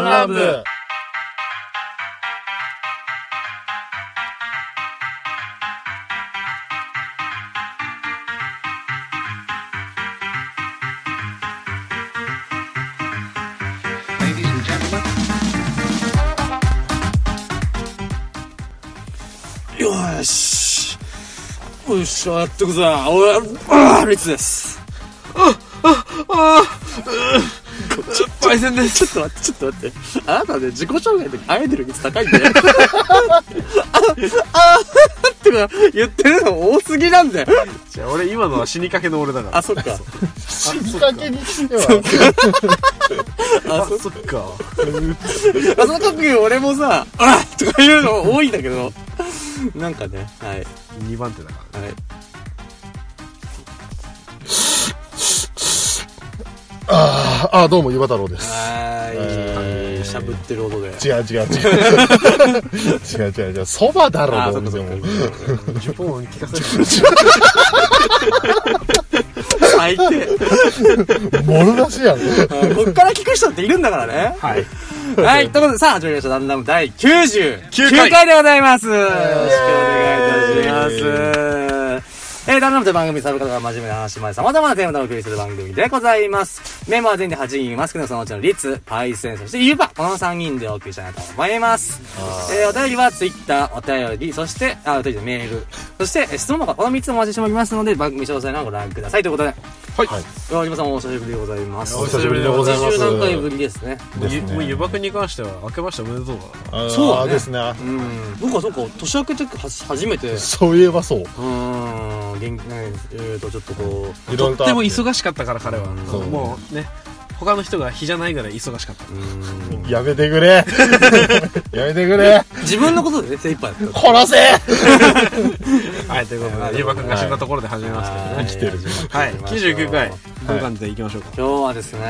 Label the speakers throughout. Speaker 1: ダンランブよーしよいしょやってくぞおやあーリツです
Speaker 2: パイセンです。
Speaker 1: ちょっと待ってちょっと待ってあなたね自己紹介の時あえてる率高いんだよああってか言ってるの多すぎなんだよ
Speaker 2: じゃあ俺今のは死にかけの俺だから。
Speaker 1: あそっか
Speaker 3: 死にかけにしては
Speaker 2: あ、そっか。
Speaker 1: あその時俺もさ「あっ!」とか言うの多いんだけどなんかねはい
Speaker 2: 2番手だから。
Speaker 1: はい
Speaker 3: あーあーどうもゆば太郎です
Speaker 1: はーいしゃぶってる音で
Speaker 3: 違う違う違う違う違う違うそばだ
Speaker 1: あそ
Speaker 3: ろど
Speaker 1: っ
Speaker 3: う
Speaker 1: か
Speaker 3: 見て
Speaker 1: そっか
Speaker 3: も
Speaker 2: ジュポン聞かせ
Speaker 1: 最低
Speaker 3: もろ出しやん
Speaker 1: こっから聞く人っているんだからね
Speaker 2: ない。はい。
Speaker 1: はい、ということで、さあ、始まりました、ダンダム第99
Speaker 2: 回
Speaker 1: 回でございます。よろしくお願いいたします。えー、ダンダムという番組、サブカルから真面目な話まで様々なテーマでお送りする番組でございます。メンバーは全員で8人いますけど、そのうちのリツ、パイセン、そしてユーパ、この3人でお送りしたいなと思います。えー、お便りはツイッター、お便り、そして、あ、お便りでメール、そして、えー質問箱、この3つもお待ちしておりますので、番組詳細の方をご覧ください。ということで、
Speaker 3: はい
Speaker 1: 川島さんお久しぶりでございます。
Speaker 3: お久しぶりでございます
Speaker 1: 80何回ぶりですね。
Speaker 2: もうゆもう湯葉くんに関しては、明けましておめでとうだな。
Speaker 3: あー
Speaker 1: そうだね
Speaker 3: ですね
Speaker 1: うん、僕はそうか年明けては初めてう
Speaker 3: そういえばそう
Speaker 1: ーん元気ないえー、とちょっとこ
Speaker 3: いろい
Speaker 2: と
Speaker 3: ろ
Speaker 2: っても忙しかったから彼は
Speaker 3: そう
Speaker 2: もうね他の人が日じゃないぐらい忙しかった
Speaker 1: ううーん
Speaker 3: やめてくれ やめてくれ
Speaker 1: 自分のことでね精一杯だった
Speaker 3: 殺せ
Speaker 2: はいということでゆうばくんが死んだところで始めますけどね
Speaker 1: はい
Speaker 3: 生きてる
Speaker 2: はい
Speaker 1: 行きましょう
Speaker 2: 99回
Speaker 1: 今
Speaker 2: どういう感じでいきましょうか
Speaker 1: 日はですね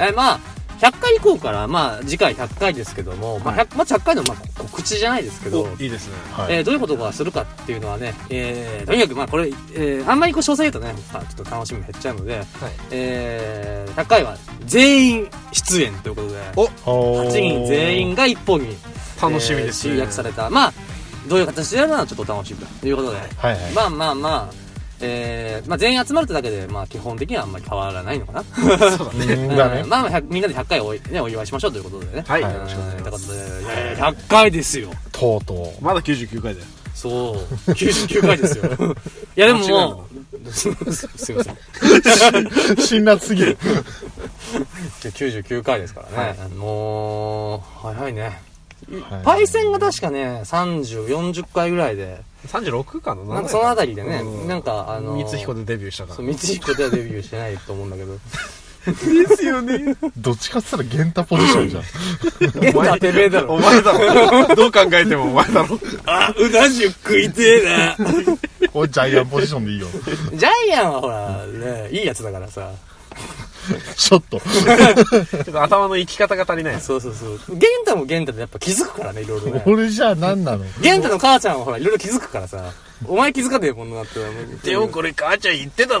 Speaker 1: えまあ100回以降からまあ次回100回ですけども、まあ
Speaker 2: はい
Speaker 1: 100まあ、100回のまあ告知じゃないですけど
Speaker 2: おいいですね
Speaker 3: はい
Speaker 1: えーどういうことがするかっていうのはね、えーとにかくまあこれ、えーあんまりこう詳細言うとね、まあ、ちょっと楽しみ減っちゃうので、えー100回は全員出演ということで、
Speaker 3: 8
Speaker 1: 8人全員が一本に
Speaker 2: 楽しみです
Speaker 1: えー集約されたまあどういう形でやるのはちょっと楽しみだということで、
Speaker 3: はいはい
Speaker 1: まあまあまあえーまあ、全員集まるってだけで、まあ、基本的にはあんまり変わらないのかな。
Speaker 2: そうだね
Speaker 3: うんだ
Speaker 1: う
Speaker 3: ね
Speaker 1: ん まあまあ、100みんなで100回お,、ね、お祝いしましょうということでね。
Speaker 2: はい
Speaker 1: うん
Speaker 2: よろしくお願いします
Speaker 1: ということで、えー100回ですよ。
Speaker 3: とうと
Speaker 2: まだ99回だよ
Speaker 1: そう。99回です よ。いや、でも
Speaker 2: 間違いな
Speaker 1: もう、すいません。
Speaker 3: う辛辣すぎる
Speaker 1: 99回ですからね。もう、早いね。
Speaker 3: はい
Speaker 1: パイセンが確かね、30、40回ぐらいで、
Speaker 2: 36かな
Speaker 1: なんかそのあたりでね、
Speaker 2: うん
Speaker 1: なんかあのー、
Speaker 2: 光彦でデビューしたか
Speaker 1: そ
Speaker 2: ら
Speaker 1: う、光彦ではデビューしてないと思うんだけど。
Speaker 2: ですよね
Speaker 3: どっちかっつったらゲンタポジションじゃん
Speaker 1: ゲンタてめえだ
Speaker 2: お
Speaker 1: ろ。
Speaker 2: 前だろどう考えてもお前だろ
Speaker 1: あ、うな重食いてえな。
Speaker 3: これジャイアンポジションでいいよ
Speaker 1: ジャイアンはほら、ね、いいやつだからさ。
Speaker 3: ちょっと
Speaker 2: ちょっと頭の生き方が足りないです
Speaker 1: そうそうそう。ゲンタもゲンタでやっぱ気づくからね、いろいろね。
Speaker 3: 俺じゃあ何なの
Speaker 1: ゲンタの母ちゃんはほら、いろいろ気づくからさ。お前気づかねえもんなって。
Speaker 2: でもこれ母ちゃん言ってたぞ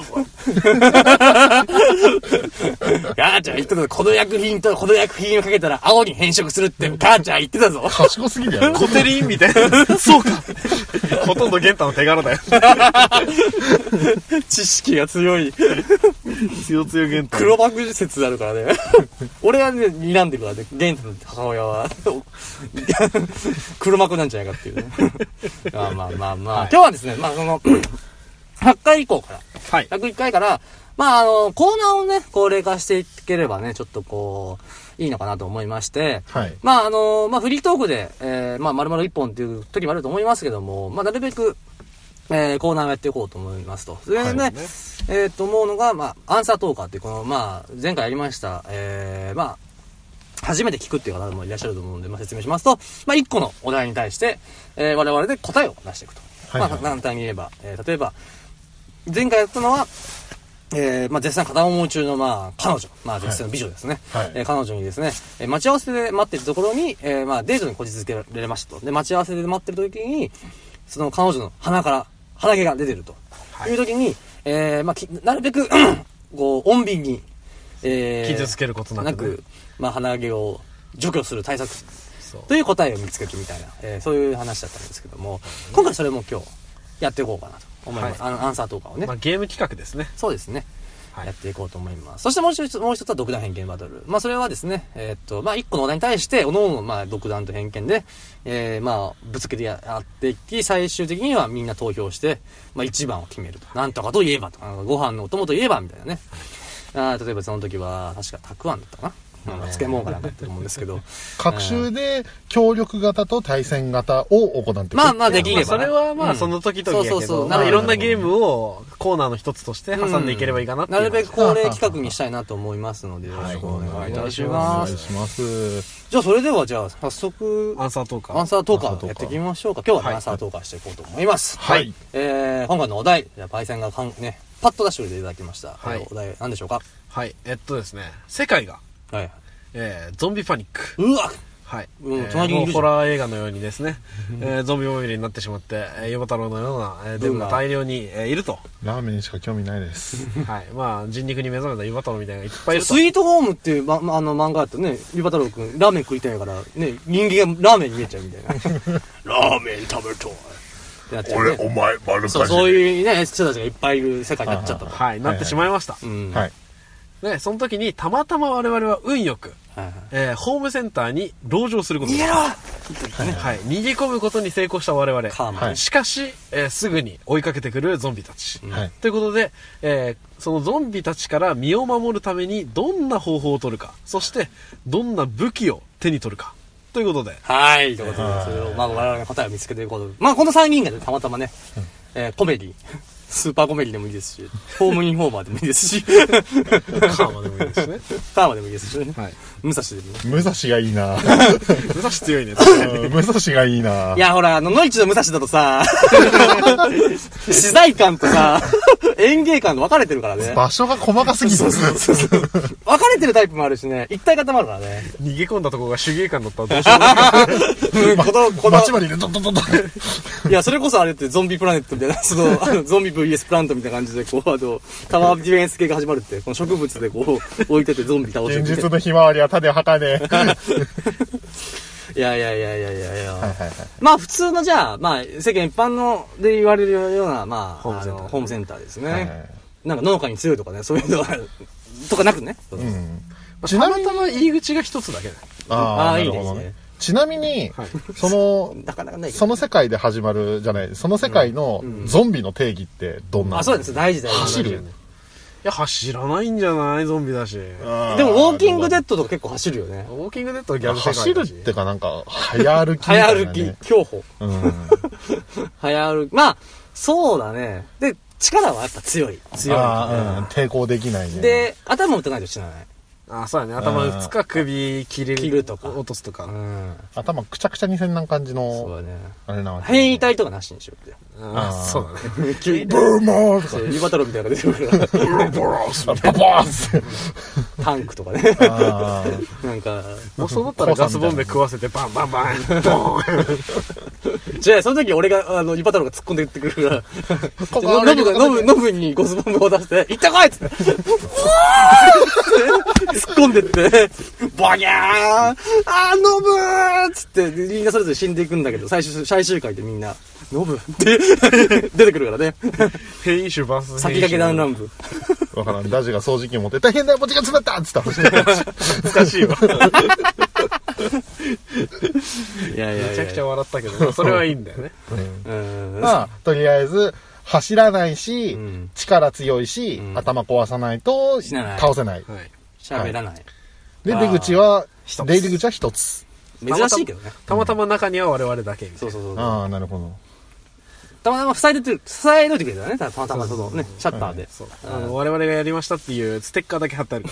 Speaker 1: 母ちゃん言ってたぞ。この薬品とこの薬品をかけたら青に変色するって母ちゃん言ってたぞ。
Speaker 3: 賢すぎるや ろ
Speaker 2: コテリンみたいなそうかほとんど玄太の手柄だよ
Speaker 1: 知識が強い。
Speaker 2: 強強玄太
Speaker 1: 黒幕説あるからね。 俺はね、睨んでるからね。ゲンタの母親は。 黒幕なんじゃないかっていうね。まあまあまあまあ。今日はですね、まあその、100回以降から、
Speaker 2: はい
Speaker 1: 101回から、まああの、コーナーをね、高齢化していければね、ちょっとこう、いいのかなと思いまして、
Speaker 3: はい
Speaker 1: まああの、まあフリートークで、えー、まあ丸々一本っていう時もあると思いますけども、まあなるべく、えー、コーナーをやっていこうと思いますと。それでね、
Speaker 2: はい
Speaker 1: えー、と思うのが、まあ、アンサートーカーっていう、この、まあ、前回やりました、えー、まあ、初めて聞くっていう方もいらっしゃると思うんで、まあ、説明しますと、まあ、1個のお題に対して、えー、我々で答えを出していくと。
Speaker 3: はいはい
Speaker 1: まあ、簡単に言えば、えー、例えば、前回やったのは、えー、まあ、絶賛片思い中の、まあ、彼女、まあ、絶賛の美女ですね。
Speaker 3: はい
Speaker 1: えー彼女にですね、えー待ち合わせで待ってるところに、えー、まあ、デートにこじつけられましたと。で、待ち合わせで待ってる時に、その彼女の鼻から、鼻毛が出てると。い、う時に、えー、まあ、き なるべく、こう、穏便に、えー
Speaker 2: 傷つけることなくね
Speaker 1: まあ、鼻毛を除去する対策す
Speaker 2: そう
Speaker 1: るという答えを見つけるみたいな、えーそういう話だったんですけども、今回それも今日やっていこうかなと思います。あの、アンサーとかをね
Speaker 2: まあ、。ゲーム企画ですね。
Speaker 1: そうですね。
Speaker 2: はい
Speaker 1: やっていこうと思います。そしてもう一つ、もう一つは独断偏見バトル。まあそれはですね、えーっと、まあ一個のお題に対して、おのおの、まあ独断と偏見で、えー、まあぶつけてややっていき、最終的にはみんな投票して、まあ一番を決めると。なんとかといえばとか、ご飯のお供といえばみたいなね。あー例えばその時は、確かたくあんだったかな。まあ、漬物かなんかだったと思うんです けど。
Speaker 3: 各種で協力型と対戦型を行っていく
Speaker 1: まあまあできれば
Speaker 2: まあ、それはま
Speaker 1: う
Speaker 2: あ、
Speaker 1: ん
Speaker 2: その時々やけど、
Speaker 1: そうそうそう
Speaker 2: ま
Speaker 1: な
Speaker 2: あ、
Speaker 1: る
Speaker 2: いろんなゲームをコーナーの一つとして挟んでいければいいかなっていう
Speaker 1: な
Speaker 2: 話、
Speaker 1: るべく恒例企画にしたいなと思いますので、よろ
Speaker 3: は
Speaker 1: し
Speaker 3: い
Speaker 1: くお願いいたし
Speaker 3: お
Speaker 1: ま
Speaker 3: 願
Speaker 1: す
Speaker 3: い。します
Speaker 1: じゃあそれではじゃあ早速、
Speaker 2: アンサートーカー。
Speaker 1: アンサート
Speaker 3: アン
Speaker 1: ー
Speaker 3: サ
Speaker 1: カ
Speaker 3: ー
Speaker 1: ー
Speaker 3: トーカー
Speaker 1: やっていきましょうか。今日は
Speaker 2: は
Speaker 1: ね
Speaker 2: い
Speaker 1: アンサートーカーしていこうと思います。
Speaker 3: はい
Speaker 1: えー、今回のお題、じゃあパイセンがかん、ね、パッと出してくれていただきました。
Speaker 2: はい
Speaker 1: えーお題、なんでしょうか
Speaker 2: はい。えっとですね、世界が、
Speaker 1: はい。
Speaker 2: えー、ゾンビパニック。
Speaker 1: うわ
Speaker 2: はい。
Speaker 1: うん
Speaker 2: えー
Speaker 1: 隣にいる
Speaker 2: もう
Speaker 1: じゃん
Speaker 2: ホラー映画のようにですね、えーゾンビまみれになってしまって、えー、ヨバ太郎のような、えー、デブが大量に、えーいると。
Speaker 3: ラーメンにしか興味ないです
Speaker 2: はい。まあ、人肉に目覚めたヨバ太郎みたいなのがいっぱいいると。
Speaker 1: スイートホームっていう、ま、まあの漫画だったね、リバ太郎くん、ラーメン食いたいから、ね、人間がラーメンに見えちゃうみたいな。ラーメン食べたい。ってなっちゃう、ね。
Speaker 3: 前丸
Speaker 1: そう、そういうね、人たちがいっぱいいる世界になっちゃったと。
Speaker 2: はい。なってしまいました。
Speaker 1: うん。
Speaker 3: はい
Speaker 2: ね、その時に、たまたま我々は運よく、
Speaker 1: はいはい
Speaker 2: えーホームセンターに籠城すること
Speaker 1: 逃
Speaker 2: に
Speaker 1: げろ
Speaker 2: はい。逃げ込むことに成功した我々。
Speaker 1: カーマンね
Speaker 2: はいしかし、えーすぐに追いかけてくるゾンビたち。
Speaker 3: はい
Speaker 2: ということで、えーそのゾンビたちから身を守るためにどんな方法を取るか、そしてどんな武器を手に取るか、ということで、
Speaker 1: はい、ということで、それを、まあ、我々の答えを見つけていこうと。まあ、この3人がね、たまたまね、えーコ メディ、スーパーコメディでもいいですし、ホームインフォーマーでもいいですし、
Speaker 2: カーマでもいいですね。
Speaker 1: カーマでもいいですしね、
Speaker 2: はい。
Speaker 1: 武蔵でもね。
Speaker 3: 武蔵がい いな
Speaker 2: 武蔵強いね。
Speaker 3: うん武蔵がいいない
Speaker 1: や、ほら、あの、野市の武蔵だとさ、 資材館とさ、園芸館と分かれてるからね。
Speaker 3: 場所が細かすぎる
Speaker 1: そうそう分かれてるタイプもあるしね、一体型もあるからね。
Speaker 2: 逃げ込んだとこが手芸館だったらどうしようもないか ら。
Speaker 1: この、この
Speaker 3: 待ち針でドンドンドンドン
Speaker 1: いや、それこそあれってゾンビプラネットみたいな、 その、あの、ゾンビ VS プラントみたいな感じで、こう、あの、タワーディフェンス系が始まるって、この植物でこう、置いててゾンビ倒してみ
Speaker 3: 現
Speaker 1: て
Speaker 3: 実のひまわりは種を吐 かねえはい
Speaker 1: いやいやいやいやいやいや。
Speaker 3: はいはい
Speaker 1: まあ普通のじゃあ、まあ世間一般ので言われるような、まあ、
Speaker 2: ホームセンター
Speaker 1: あのホームセンターですね。
Speaker 3: はいはい
Speaker 1: なんか農家に強いとかね、そういうのは、とかなくね。
Speaker 3: うんち
Speaker 2: た
Speaker 3: な
Speaker 2: ま
Speaker 3: みに
Speaker 2: たま入り口が一つだけだよ。
Speaker 3: あ
Speaker 1: あー
Speaker 3: あ、なるほど
Speaker 1: いいですね
Speaker 3: ね。ちなみに
Speaker 2: はい、
Speaker 3: その、
Speaker 1: なかなかないけど
Speaker 3: その世界で始まるじゃない、その世界のゾンビの定義ってどんなの
Speaker 1: あ、そうです。大事だよ。
Speaker 3: 走
Speaker 2: い
Speaker 3: る
Speaker 2: や、走らないんじゃないゾンビだし。ウ
Speaker 1: でもウォーキングデッドとか結構走るよね。
Speaker 2: ォーキングデッドはギャル世界だ
Speaker 3: 走
Speaker 2: し
Speaker 3: るってかなんか、早歩きみた
Speaker 1: 早
Speaker 3: い
Speaker 1: 歩
Speaker 3: なね、
Speaker 1: き、競歩。
Speaker 3: うん。
Speaker 1: 早歩き。まあ、そうだね。で、力はやっぱ強い。強い。
Speaker 3: あーうん抵抗できないね。
Speaker 1: で、頭打たないと死なない。
Speaker 2: あ、そうだね。頭打つか首切る。
Speaker 1: 切るとか
Speaker 2: 落とすとか。
Speaker 1: うん。
Speaker 3: 頭くちゃくちゃにせんなん感じ
Speaker 1: そう
Speaker 3: の、
Speaker 1: だね。
Speaker 3: あれなわけ。
Speaker 1: 変異体とかなしにしようっ
Speaker 2: あ
Speaker 3: あー
Speaker 2: そうだね。
Speaker 1: て。急に、
Speaker 3: ブーマーとか、
Speaker 1: リバトロみたいなのが出てくる から。
Speaker 3: ブーボロースパパーって。
Speaker 1: タンクとかね。
Speaker 3: あー
Speaker 1: なんか、
Speaker 2: もうそうなったらガスボンベ食わせてバンバンバン、ボーン。
Speaker 1: じゃあ、その時俺が、あの、リバトロが突っ込んでってくるから、
Speaker 3: ここ
Speaker 1: ノ
Speaker 3: 歩いて
Speaker 1: ブが、
Speaker 3: ください
Speaker 1: ノブ、ノブにゴスボンベを出して、行ってこいっつって、うわーっつって突っ込んでって、バギャーンあー、ノブーっつって、みんなそれぞれ死んでいくんだけど、最終、最終回でみんな、ノブって、出てくるからね。
Speaker 2: 変異種バス
Speaker 1: 先駆けダウンランブ。
Speaker 3: わからん。ダジが掃除機持って、大変だよ、餅が詰まったっつって話して
Speaker 2: 難しいわ。
Speaker 1: いやいや
Speaker 2: めちゃくちゃ笑った けど、それはいいんだよね。
Speaker 1: うん。
Speaker 3: まあ、とりあえず、走らないし、
Speaker 1: ん
Speaker 3: 力強いし、頭壊さないと、
Speaker 1: 死なない
Speaker 3: 倒せない。
Speaker 2: はい。
Speaker 1: 喋らない。
Speaker 3: で、
Speaker 1: あ
Speaker 3: 出
Speaker 1: ー
Speaker 3: 口は
Speaker 2: 一、つ
Speaker 3: 出入り口は一つ。
Speaker 1: 珍しいけどね。
Speaker 2: たまたま中には我々だけみた
Speaker 1: そ
Speaker 2: いうな。
Speaker 1: そうそう。
Speaker 3: ああ、なるほど。
Speaker 1: たまたま塞いでて、塞いどいてくれたね。たまたまそのね、シャッターで。
Speaker 2: そうあの我々がやりましたっていうステッカーだけ貼ってあるか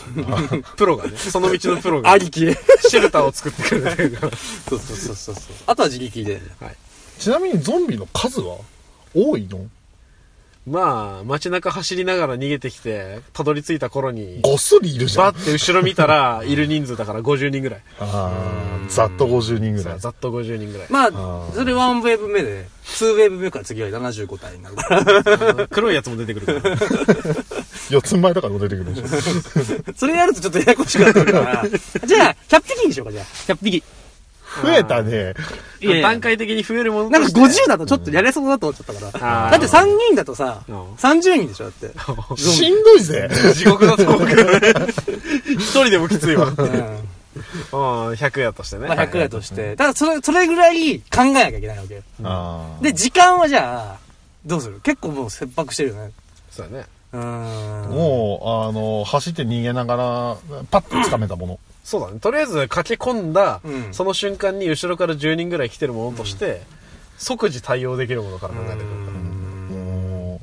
Speaker 2: らプロがね、その道のプロが
Speaker 1: あ、りき。
Speaker 2: シェルターを作ってくれてる から。
Speaker 1: そうそうそうそうそう。あとは自力で。
Speaker 2: はい。
Speaker 3: ちなみにゾンビの数は多いの
Speaker 2: まあ、街中走りながら逃げてきて、たどり着いた頃に、
Speaker 3: ごっそりいるじゃん。
Speaker 2: バッて後ろ見たら、いる人数だから50人ぐらい。
Speaker 3: あーざっと50人ぐらい。
Speaker 2: ざっと50人ぐらい。
Speaker 1: まあ
Speaker 3: あ、
Speaker 1: それワンウェーブ目で、ツーウェーブ目から次は75体になるから。
Speaker 2: 黒いやつも出てくるから。
Speaker 3: 四つん這いとかでも出てくるでしょ。
Speaker 1: それやるとちょっとややこしくなってくるから。 じゃあ、100匹にしようか、じゃあ。100匹。
Speaker 3: 増えたね。
Speaker 1: いやいや
Speaker 2: 段階的に増えるもの
Speaker 1: なん
Speaker 2: と
Speaker 1: か
Speaker 2: して
Speaker 1: 50だとちょっとやれそうだと思っちゃったから。
Speaker 2: あー
Speaker 1: だって3人だとさ、
Speaker 2: うん
Speaker 1: 30人でしょ、だって。
Speaker 3: しんどいぜ。
Speaker 2: 地獄だと思うけどね。 一人でもきついわ。うん
Speaker 1: う、ん。
Speaker 2: 100やとしてね。
Speaker 1: まあ100だとして。ただそれ、それぐらい考えなきゃいけないわけよ。
Speaker 3: あー
Speaker 1: で、時間はじゃあ、どうする結構もう切迫してるよね。
Speaker 2: そうだね。
Speaker 1: うーん。
Speaker 3: もう、あの、走って逃げながら、パッと掴めたもの。
Speaker 2: そうだね。とりあえず駆け込んだ、
Speaker 1: うん
Speaker 2: その瞬間に後ろから10人ぐらい来てるものとして、即時対応できるものから考えてくるから。
Speaker 3: も、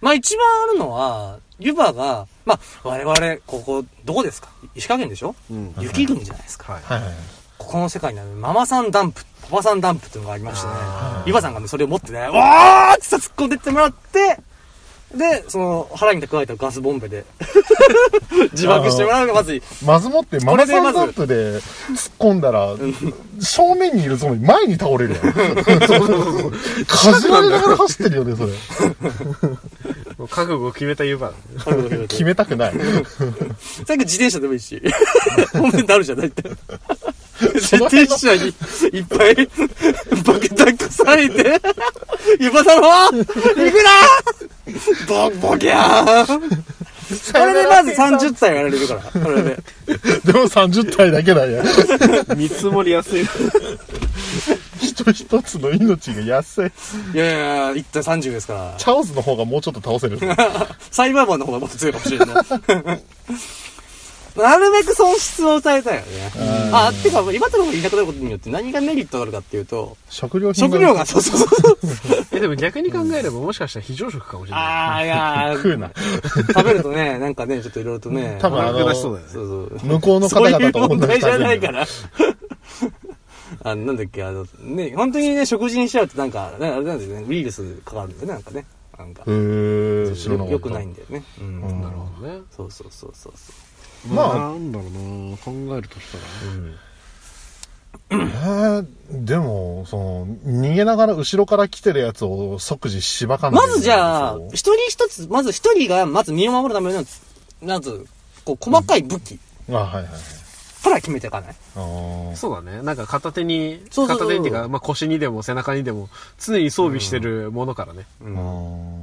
Speaker 1: まあ一番あるのは、湯葉が、まあ我々、ここ、どこですか石川県でしょ
Speaker 2: うん
Speaker 1: 雪国じゃないですか。
Speaker 2: はいう
Speaker 3: はいはい。
Speaker 1: ここの世界にあるママさんダンプ、パパさんダンプっていうのがありましてね
Speaker 2: あ、
Speaker 1: 湯葉さんがね、それを持ってね、わーってさ突っ込んでってもらって、で、その、腹に蓄えたガスボンベで、自爆してもらうのがまずい。
Speaker 3: まずもって、マ
Speaker 1: れ
Speaker 3: マ
Speaker 1: で
Speaker 3: さ
Speaker 1: ま
Speaker 3: ん
Speaker 1: ず
Speaker 3: ダンプで突っ込んだら、正面にいるゾンビ前に倒れるやん。そうそうそうかじられながら走ってるよね、それ。
Speaker 2: もう覚悟を決めた言うば
Speaker 1: さっ
Speaker 3: 決めたくない。
Speaker 1: き自転車でもいいし、本当になるじゃないって。自
Speaker 3: の
Speaker 1: 転車にいっぱい爆弾されて、湯葉さんは、行くなーボボキャーこれでまず30体やられるから、これで。
Speaker 3: でも30体だけだよ。
Speaker 2: 見積もりやすい。
Speaker 3: 人一つの命が安い。
Speaker 1: いやいやいや、1体30ですから。
Speaker 3: チャオズの方がもうちょっと倒せ る。
Speaker 1: サイバーマンの方がもっと強いかもしれ ない。なるべく損失を抑えたいよね。あ、てか、今との方がいなくなることによって何がメリットがあるかっていうと、
Speaker 3: 食料品
Speaker 1: 食料が、そうそう そう。
Speaker 2: え、でも逆に考えればもしかしたら非常食かもしれない。
Speaker 1: ああ、いやー
Speaker 3: 食うな。
Speaker 1: 食べるとね、なんかね、ちょっといろいろとね。
Speaker 3: 多分あ
Speaker 2: お腹出しそうだ
Speaker 3: の、
Speaker 2: よね。
Speaker 1: そうそう。
Speaker 3: 向こうの方
Speaker 1: そうい
Speaker 3: 々
Speaker 1: う
Speaker 3: と同
Speaker 1: 問
Speaker 3: じ
Speaker 1: 題じゃ
Speaker 3: 感
Speaker 1: ない
Speaker 3: じ
Speaker 1: か。ら。 あなんだっけ、あの、ね、本当にね、食事にしちゃうとなんか、ねあれなんですね、ウイルスかかるんだよね、なんかね。なんか
Speaker 3: へ。ー、知らなかった
Speaker 1: よくないんだよね。うん。
Speaker 3: うん
Speaker 2: なるほどね。
Speaker 1: そうそうそうそうそう。
Speaker 3: まあ
Speaker 2: なんだろうな考えるとした
Speaker 3: え
Speaker 2: ら。
Speaker 3: ー、でも、その、逃げながら後ろから来てるやつを即時しばかな
Speaker 1: ま
Speaker 3: いと
Speaker 1: ずじゃあ
Speaker 3: そう、
Speaker 1: 一人一つ、まず一人が、まず身を守るための、まず、こう、細かい武器
Speaker 3: あ、はいはいはい。
Speaker 1: から決めていかない。
Speaker 3: あー
Speaker 2: そうだね。なんか片手に、
Speaker 1: そうそうそう
Speaker 2: 片手にっていうか、まあ腰にでも背中にでも、常に装備してるものからね。
Speaker 1: うん
Speaker 3: あ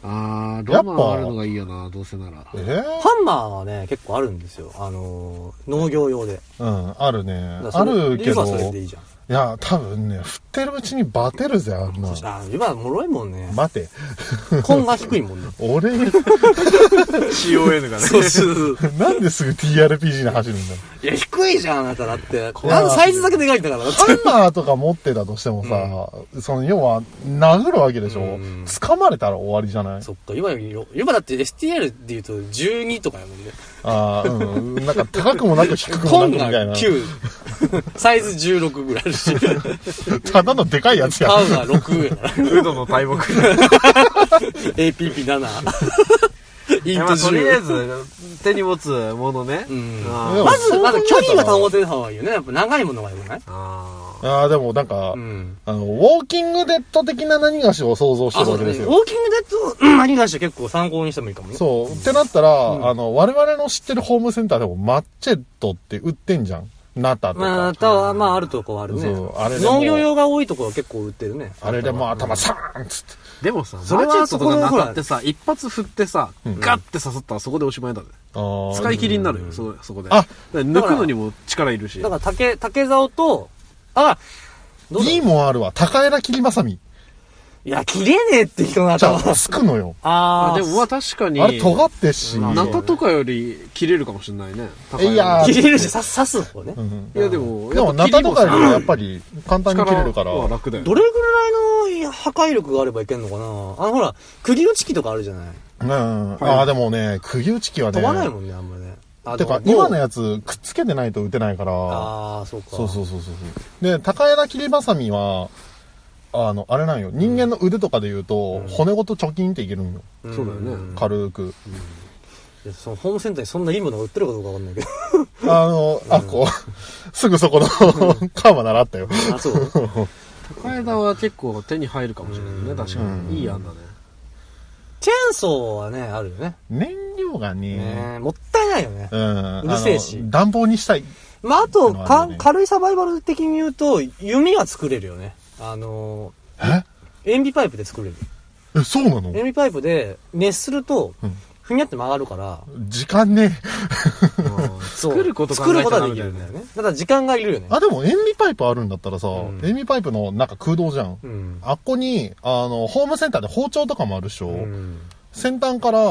Speaker 1: ハ
Speaker 3: ー
Speaker 2: あー、
Speaker 3: ロマンあるのが
Speaker 2: いいよな、どうせなら。
Speaker 3: え
Speaker 1: ンマーはね、結構あるんですよ。あのー、農業用で。
Speaker 3: ー、うん、あるね
Speaker 1: だ。か
Speaker 3: あ
Speaker 1: らそれ
Speaker 3: るけ
Speaker 1: 今
Speaker 3: ど
Speaker 1: はそ、れでいいじゃん。
Speaker 3: いや、多分ね、振ってるうちにバテるぜ、あんな
Speaker 1: そ。したら、今は脆いもんね。
Speaker 3: 待て、
Speaker 1: 根が低いもん ね。
Speaker 3: 俺、
Speaker 2: CON がね。
Speaker 1: そうそう。
Speaker 3: なんですぐ TRPG で走るんだろ
Speaker 1: いや、低いじゃん、あなただって。あのサイズだけでかいんだから。だって
Speaker 3: ハンマーとか持ってたとしてもさ、その、要は、殴るわけでしょ、
Speaker 1: うん
Speaker 3: 掴まれたら終わりじゃな い
Speaker 1: そっか、今よりよ、今だって STL で言うと12とかやもんね。
Speaker 3: ああ、うん。なんか高くもなく低くもなく
Speaker 1: 本
Speaker 3: み
Speaker 1: が
Speaker 3: たいな。
Speaker 1: 9。サイズ16ぐらいあるし。
Speaker 3: ただのでかいやつや。
Speaker 1: パウが6やから。
Speaker 2: ウドの大木。
Speaker 1: APP7。イ
Speaker 2: い
Speaker 1: ント
Speaker 2: やまあとりあえ
Speaker 1: 10。
Speaker 2: ず、手に持つものね。
Speaker 1: うん
Speaker 2: あ
Speaker 3: で
Speaker 2: ー
Speaker 3: も
Speaker 1: まず、まず距離が保てた方がいいよね。やっぱ長いものがよくない
Speaker 2: あ
Speaker 3: ああ、でもなんか、
Speaker 1: うん。
Speaker 3: あの、ウォーキングデッド的な何がしを想像して
Speaker 1: あ、
Speaker 3: る
Speaker 1: そ
Speaker 3: わ
Speaker 1: う
Speaker 3: け
Speaker 1: だ
Speaker 3: で
Speaker 1: ね。
Speaker 3: す
Speaker 1: ウ
Speaker 3: よ。
Speaker 1: ォーキングデッド、うん何に関しては結構参考にしてもいいかもね。
Speaker 3: そう。ってなったら、あの、我々の知ってるホームセンターでもマッチェットって売ってんじゃん。ナタと
Speaker 1: まあ、
Speaker 3: か。
Speaker 1: たは、まあ、あるとこはあるね
Speaker 3: そう。あれでも
Speaker 1: 農業用が多いとこは結構売ってるね。
Speaker 3: あれでもう頭サーンっつって。
Speaker 2: でもさ、
Speaker 1: そ
Speaker 2: マ
Speaker 1: れ
Speaker 2: ー
Speaker 1: は
Speaker 2: チェットと
Speaker 1: そ
Speaker 2: か
Speaker 1: この
Speaker 2: な
Speaker 1: ほら
Speaker 2: たってさ、一発振ってさ、ガッて刺さったらそこでおしまいだね。
Speaker 3: ああ
Speaker 2: 使い切りになるよ、そそこで。
Speaker 3: あ
Speaker 2: だから抜くのにも力いるし
Speaker 1: だ。から、竹、竹竿と、あ、どうだ
Speaker 3: いいもんあるわ。高枝切りまさみ。
Speaker 1: いや、切れねえって人の
Speaker 3: じゃ
Speaker 1: 頭。
Speaker 3: あ、つくのよ。
Speaker 1: あ
Speaker 2: あ
Speaker 1: ー
Speaker 2: でも、まあ確かに、
Speaker 3: あれ尖ってっし。
Speaker 2: ナタとかより切れるかもしれないね。高
Speaker 3: いや
Speaker 1: 切れるし、刺刺す方ね
Speaker 3: う。ん
Speaker 2: いやでも、
Speaker 3: でも、ナタとかよりもやっぱり簡単に切れるか
Speaker 2: か
Speaker 3: らら。
Speaker 2: 楽だよね。
Speaker 1: どれぐらいの破壊力があればいけんのかなあの、ほら、釘打ち機とかあるじゃない
Speaker 3: うん。ああ、でもね、釘打ち機はね。
Speaker 1: 飛ばないもんね、あんまね。あ
Speaker 3: てか、
Speaker 1: でも
Speaker 3: 今のやつ、くっつけてないと打てないから。
Speaker 1: ああ、そうか。
Speaker 3: そうそうそうそうそう。で、高枝切りばさみは、あの、あれなんよ。人間の腕とかで言うと、骨ごと貯金っていけるんよ。
Speaker 2: そうだよね。
Speaker 3: 軽く。
Speaker 1: いやそのホームセンターにそんないいものが売ってるかどうかわかんないけど。
Speaker 3: あの、あ、こう、 すぐそこのカーマ習ったよ。
Speaker 1: あ、そう。
Speaker 2: 高枝は結構手に入るかもしれないね、確かに。いい案だね。
Speaker 1: チェーンソーはね、あるよね。
Speaker 3: 燃料がね、
Speaker 1: ねえもったいないよね
Speaker 3: う。ん。
Speaker 1: うるせえし
Speaker 3: あの暖房にしたい。
Speaker 1: まあ、あと、
Speaker 3: なるほ
Speaker 1: か
Speaker 3: どね
Speaker 1: 軽いサバイバル的に言うと、弓は作れるよね。あの、
Speaker 3: え
Speaker 1: 塩ビパイプで作れる。
Speaker 3: え、そうなの
Speaker 1: 塩ビパイプで熱すると、ふにゃって曲がるから、
Speaker 3: 時間ね。
Speaker 2: うん
Speaker 1: そう
Speaker 2: 作ること考え
Speaker 1: 作る
Speaker 2: ちゃ
Speaker 1: ことはで
Speaker 2: ダメ
Speaker 1: き
Speaker 2: だ
Speaker 1: る
Speaker 2: よ
Speaker 1: んだよ
Speaker 2: ね。
Speaker 1: ね。ただ時間がいるよね。
Speaker 3: あ、でも塩ビパイプあるんだったらさ、
Speaker 1: ん
Speaker 3: 塩ビパイプのなんか空洞じゃん。
Speaker 1: うん。
Speaker 3: あっこに、あの、ホームセンターで包丁とかもあるでしょ。
Speaker 1: うん。
Speaker 3: 先端から、あ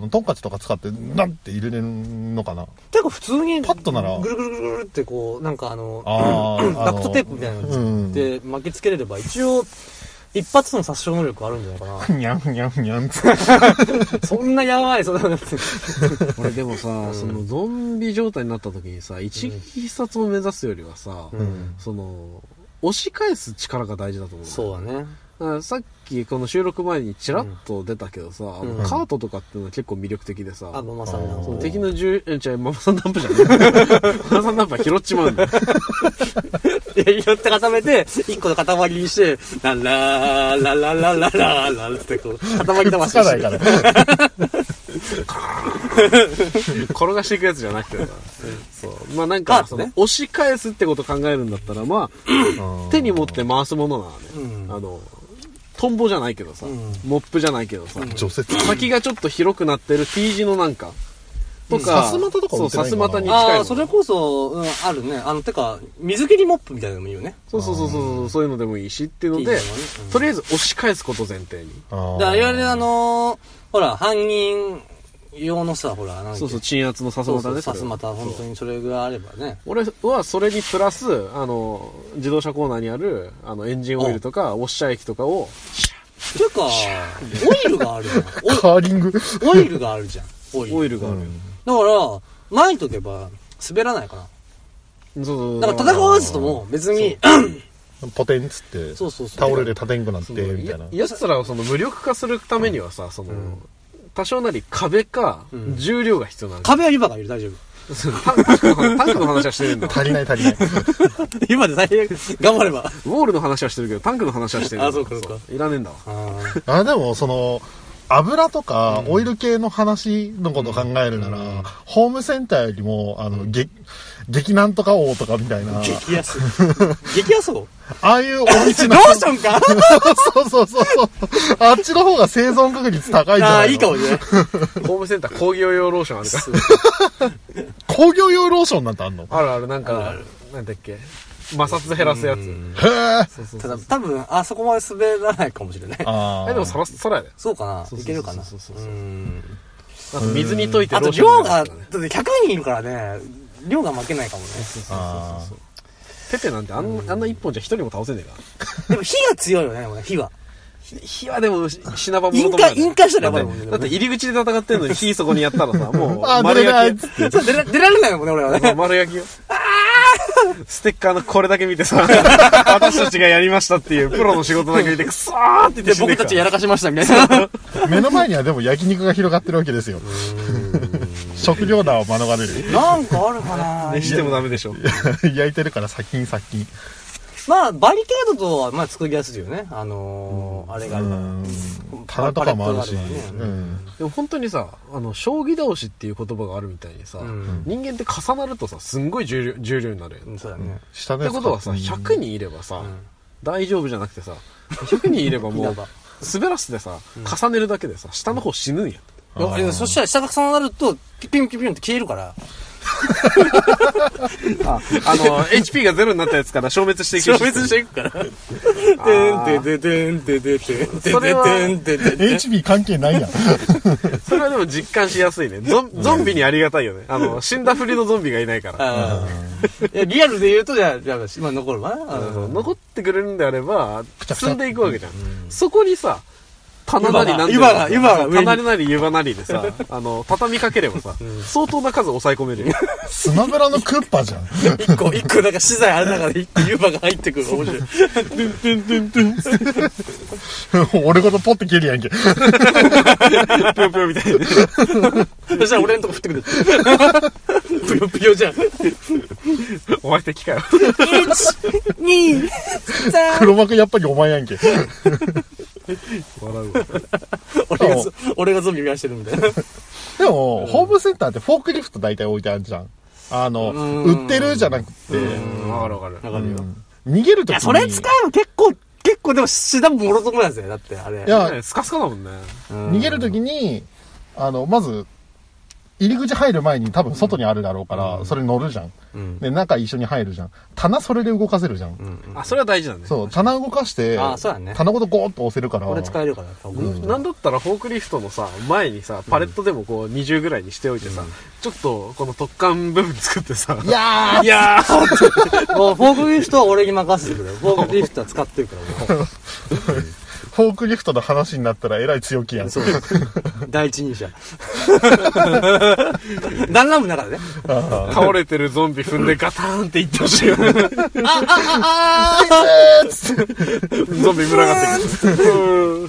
Speaker 3: の、トンカチとか使って、なんて入れれるのかな。
Speaker 1: 結構普通に、
Speaker 3: パッとなら
Speaker 1: ぐるぐるぐるぐるってこう、なんかあの、
Speaker 3: あーあの
Speaker 1: ダクトテープみたいなので巻きつけれれば、一応、一発の殺傷能力あるんじゃないかな。
Speaker 3: にゃんにゃんにゃんって。
Speaker 1: そんなやばい、そんなのって。
Speaker 2: 俺でもさ、そのゾンビ状態になった時にさ、一撃必殺を目指すよりはさ、
Speaker 1: うん。
Speaker 2: その、押し返す力が大事だと思う。
Speaker 1: そうだね。
Speaker 2: だからさっきこの収録前にチラッと出たけどさ、あの
Speaker 1: うん
Speaker 2: カートとかっていうのは結構魅力的でさ、
Speaker 1: あ、ママさん
Speaker 3: あー
Speaker 1: の。
Speaker 2: その
Speaker 1: う
Speaker 2: 敵の銃、え、違う、ママさんダンプじ ゃない。ママさんダンプは拾っちまうんだよ。
Speaker 1: いや、拾って固めて、一個の塊にして、ララー、ラララララララってこう、塊
Speaker 3: つ
Speaker 1: 魂
Speaker 3: かない から。
Speaker 2: 転がしていくやつじゃなくてさ。そう。まあなんか、
Speaker 1: カー
Speaker 2: そ
Speaker 1: ト
Speaker 2: の
Speaker 1: ね、
Speaker 2: 押し返すってこと考えるんだったら、まあ、手に持って回すものならね、
Speaker 1: うん
Speaker 2: あの、トンボじゃないけどさ、
Speaker 1: ん
Speaker 2: モップじゃないけどさ、
Speaker 3: 除雪。
Speaker 2: 先がちょっと広くなってる T 字のなんか、とか、
Speaker 3: さすまたとか
Speaker 2: そ
Speaker 3: 売
Speaker 2: う、
Speaker 3: ってな
Speaker 2: さ
Speaker 3: い
Speaker 2: す
Speaker 3: のかな
Speaker 2: またに近い
Speaker 1: あ
Speaker 2: も
Speaker 1: あ、
Speaker 2: の。
Speaker 1: それこそ、うん、あるね。あの、てか、水切りモップみたいなのもいいよね。
Speaker 2: そうそうそうそう、そういうのでもいいしっていうので、
Speaker 1: いいのもねうん
Speaker 2: とりあえず押し返すこと前提に。
Speaker 1: だ
Speaker 3: あ
Speaker 1: から、いわゆるあのー、ほら、犯人用のさ、ほら、なんだっけ
Speaker 2: そうそう、鎮圧のさす
Speaker 1: そう
Speaker 2: ま
Speaker 1: そ
Speaker 2: た
Speaker 1: う、
Speaker 2: ね。
Speaker 1: さすまた、
Speaker 2: それ
Speaker 1: 本当にそれぐらいあればね。
Speaker 2: 俺はそれにプラス、あの、自動車コーナーにある、あの、エンジンオイルとか、ウォッシャー液とかを、
Speaker 1: ていうか、オイルがあるじゃん。
Speaker 3: カーリング。
Speaker 1: おオイルがあるじゃん。オイル。
Speaker 2: オイ
Speaker 1: だ
Speaker 2: ルがある。
Speaker 1: から、巻いとけば、滑らないかな。
Speaker 2: そうそう
Speaker 1: だから戦わずとも別に、
Speaker 3: ポテンっつって、
Speaker 1: そうそうそう
Speaker 3: 倒れて立てんくなって、
Speaker 2: そう
Speaker 3: みたいな。
Speaker 2: ややつらをその無力化するためにはさ、その、多少なり壁か、重量が必要なんだよ。
Speaker 1: 壁は湯葉がいる、大丈夫。
Speaker 2: そうタンクの話タンクの話はしてるんだ。
Speaker 3: 足りない足 りない。
Speaker 1: 湯葉で最悪、頑張れば。
Speaker 2: ウォールの話はしてるけど、タンクの話はしてるんだ
Speaker 1: あそうかそうか
Speaker 2: いらねえんだわ。
Speaker 3: あ、でも、その、油とか、オイル系の話のこと考えるなら、ホームセンターよりも、あの、激、激なんとか王とかみたいな、
Speaker 1: 激安。 激安を
Speaker 3: ああいうお店
Speaker 1: ロ
Speaker 3: の、
Speaker 1: ーションか
Speaker 3: そうそうそうそう。あっちの方が生存確率高いんじゃ
Speaker 1: あ
Speaker 3: な
Speaker 1: あ、
Speaker 3: いの
Speaker 1: いいかもね。
Speaker 2: ホームセンター工業用ローション あるか
Speaker 3: 工業用ローションなんてあんの
Speaker 2: ら。あるある、なんか、なんだっけ。摩擦減らすやつ。
Speaker 3: へえ。
Speaker 2: そうそう
Speaker 1: た
Speaker 2: そ
Speaker 1: だ、
Speaker 2: う
Speaker 1: 多分、あそこまで滑らないかもしれない。
Speaker 3: あ
Speaker 2: え、でもさらす、空だよ。
Speaker 1: そうか
Speaker 2: そ
Speaker 1: な
Speaker 2: うそうそう
Speaker 1: いけるかな
Speaker 2: そうそうそう
Speaker 1: うーん
Speaker 2: あと水に溶いて
Speaker 1: あ
Speaker 2: ロ
Speaker 1: と
Speaker 2: ーショ
Speaker 1: 量
Speaker 2: ンにな
Speaker 1: が、だっ
Speaker 2: る
Speaker 1: て
Speaker 2: からね
Speaker 1: 100人いるからね、量が負けないかもね。
Speaker 3: あー
Speaker 2: ペペなんてあんあんな一本じゃ一人も倒せねえから。
Speaker 1: でも火が強いよね、でもね火は。
Speaker 2: 火はでも、し品場も
Speaker 1: 引
Speaker 2: 求めら
Speaker 1: 火、
Speaker 2: れる
Speaker 1: 引火したらやばいもんね。
Speaker 2: だって入り口で戦ってんのに火そこにやった らさ、も
Speaker 3: あ
Speaker 2: う、
Speaker 3: 出
Speaker 2: 丸
Speaker 3: れないっ
Speaker 2: 焼
Speaker 3: つ
Speaker 2: き
Speaker 3: っ
Speaker 1: そう出ら出られないもんね、俺は
Speaker 2: よ。
Speaker 1: ね。
Speaker 2: 丸焼きよ。ステッカーのこれだけ見てさ、 私たちがやりましたっていうプロの仕事だけ見て、くそーって言って
Speaker 1: で、
Speaker 2: 死んで
Speaker 1: 僕た
Speaker 2: いくから
Speaker 1: ちやらかしましたみたいな。
Speaker 3: 目の前にはでも焼肉が広がってるわけですよ。食料難を免れる。
Speaker 1: なんかあるかな
Speaker 2: 熱してもダメでしょ。
Speaker 3: 焼いてるから殺菌殺菌。
Speaker 1: まあ、バリケードとは、まあ、作りやすいよね。あのー、あれがあ
Speaker 3: う
Speaker 1: るから。
Speaker 3: ん。棚とかもあるし。
Speaker 1: パレットがあるから
Speaker 3: う
Speaker 1: ね
Speaker 3: ん。
Speaker 2: でも本当にさ、あの、将棋倒しっていう言葉があるみたいにさ、
Speaker 1: うん
Speaker 2: 人間って重なるとさ、すんごい重量重量になるよね
Speaker 1: うんそうだね。
Speaker 3: 下
Speaker 2: っ
Speaker 3: で
Speaker 2: て
Speaker 3: すか。
Speaker 2: ことはさ、
Speaker 3: うん
Speaker 2: 100人いればさ、
Speaker 1: ん
Speaker 2: 大丈夫じゃなくてさ、100人いればも
Speaker 1: や
Speaker 2: う
Speaker 1: ば、
Speaker 2: 滑らせてさ、重ねるだけでさ、下の方死ぬんや。
Speaker 1: いやいやそしたら下が重なると、ピュンピュンピュンって消えるから。
Speaker 2: あ、あの、HP がゼロになったやつから消滅していく
Speaker 1: 消滅していくから。てんてんてんてんてんてんてんてん
Speaker 2: それは
Speaker 1: てんてんてんてん
Speaker 3: HB 関係ないやん。
Speaker 2: それはでも実感しやすいね。ゾンゾンビにありがたいよね。あの、死んだふりのゾンビがいないから。
Speaker 1: あーいやリアルで言うと、じゃあ、じゃあ、今残るわな。あ
Speaker 2: あ
Speaker 1: の
Speaker 2: の残ってくれるんであれば、
Speaker 3: ゃくちゃ
Speaker 2: 積んでいくわけじゃん。そこにさ、棚なりなん
Speaker 1: 湯葉が湯葉が上に
Speaker 2: 棚なり湯葉なりでさ、あの、畳みかければさ、相当な数抑え込めるよ。
Speaker 3: スマブラのクッパじゃん。
Speaker 1: 一個、一個なんか資材ある中で一個湯葉が入ってくるの面白い。
Speaker 3: 俺ごとポッて切るやんけ。
Speaker 2: ぷよぷよみたいな。
Speaker 1: そしたら俺のとこ降ってくる。ぷよぷよじゃん。
Speaker 2: お前敵かよ。
Speaker 1: 2、3。
Speaker 3: 黒幕やっぱりお前やんけ。
Speaker 2: 笑うわ。
Speaker 1: 俺がゾ、 俺がゾンビ見ましてるみたいな。
Speaker 3: でも、ホームセンターってフォークリフト大体置いてあるじゃん。あの、売ってるじゃなくて、
Speaker 2: うんわかるわかる。
Speaker 1: わかるよ。
Speaker 3: 逃げると
Speaker 1: い
Speaker 3: きに。
Speaker 1: や、それ使えば結構、結構でも死だもろともなんですよ。だって、あれ。
Speaker 3: いや
Speaker 2: ねスカスカだもんね。
Speaker 3: 逃げるときに、あの、まず、入り口入る前に多分外にあるだろうから、それ乗るじゃん,、で、中一緒に入るじゃん。棚それで動かせるじゃん。
Speaker 2: あ、それは大事なんだね。
Speaker 3: そう、棚動かして、
Speaker 1: あそうだね
Speaker 3: 棚ごとゴーッと押せるから。
Speaker 1: 俺使えるから。多分
Speaker 2: なんだったらフォークリフトのさ、前にさ、パレットでもこう20ぐらいにしておいてさ、ちょっとこの突貫部分作ってさ、
Speaker 3: いや
Speaker 2: いや ー、
Speaker 1: もうフォークリフトは俺に任せてくれよ。フォークリフトは使ってるから、も
Speaker 3: ー、フォークリフトの話になったらえらい強気やん。
Speaker 1: う。 そう。第一人者。 ダンラムの中でね。
Speaker 2: 倒れてるゾンビ踏んでガターンっていってほしいよね。ゾンビ群がってくる。う
Speaker 1: で
Speaker 2: ん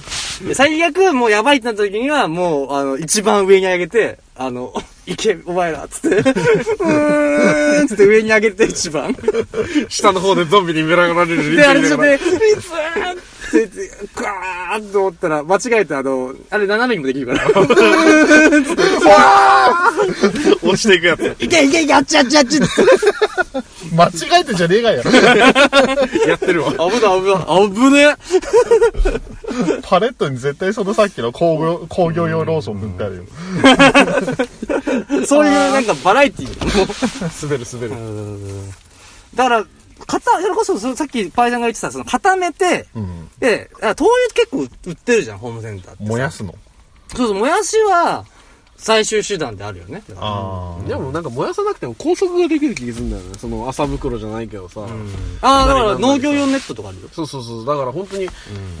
Speaker 1: 最悪、もうやばいってなった時には、もう、あの、一番上に上げて、あの、 いけ、お前ら、つって、う ーん、つって上に上げて一番。
Speaker 2: 下の方でゾンビに群がられるリ
Speaker 1: で、あれ
Speaker 2: ン
Speaker 1: で
Speaker 2: グ
Speaker 1: しょ
Speaker 2: が
Speaker 1: ね、リツーンって言って、ぐわーっと思ったら、間違えて、あの、あれ斜めにもできるから。
Speaker 2: 落ちていくやつ。
Speaker 1: いけいけいけ、あっちあっちあっちって。
Speaker 3: 間違えてんじゃねえがよ。
Speaker 2: やってるわ。
Speaker 1: 危ない危ない。危ね
Speaker 3: パレットに絶対そのさっきの工業工業用ローション塗ってあるよ。
Speaker 1: え。そういう、なんかバラエティー。
Speaker 2: 滑る滑る。
Speaker 1: だから、片、それこそ、そのさっきパイさんが言ってた、その固めて、
Speaker 3: うん。
Speaker 1: で、あ豆乳結構売ってるじゃん、ホームセンターってさ。
Speaker 3: 燃やすの。
Speaker 1: そうそう、もやしは、最終手段であるよね。
Speaker 3: あ
Speaker 2: でもなんか燃やさなくても高速ができる気がするんだよね。その麻袋じゃないけどさ。
Speaker 1: ああ、だから
Speaker 2: 何々
Speaker 1: 農業用ネットとかあるよ。
Speaker 2: そうそうそう。だから本当に、も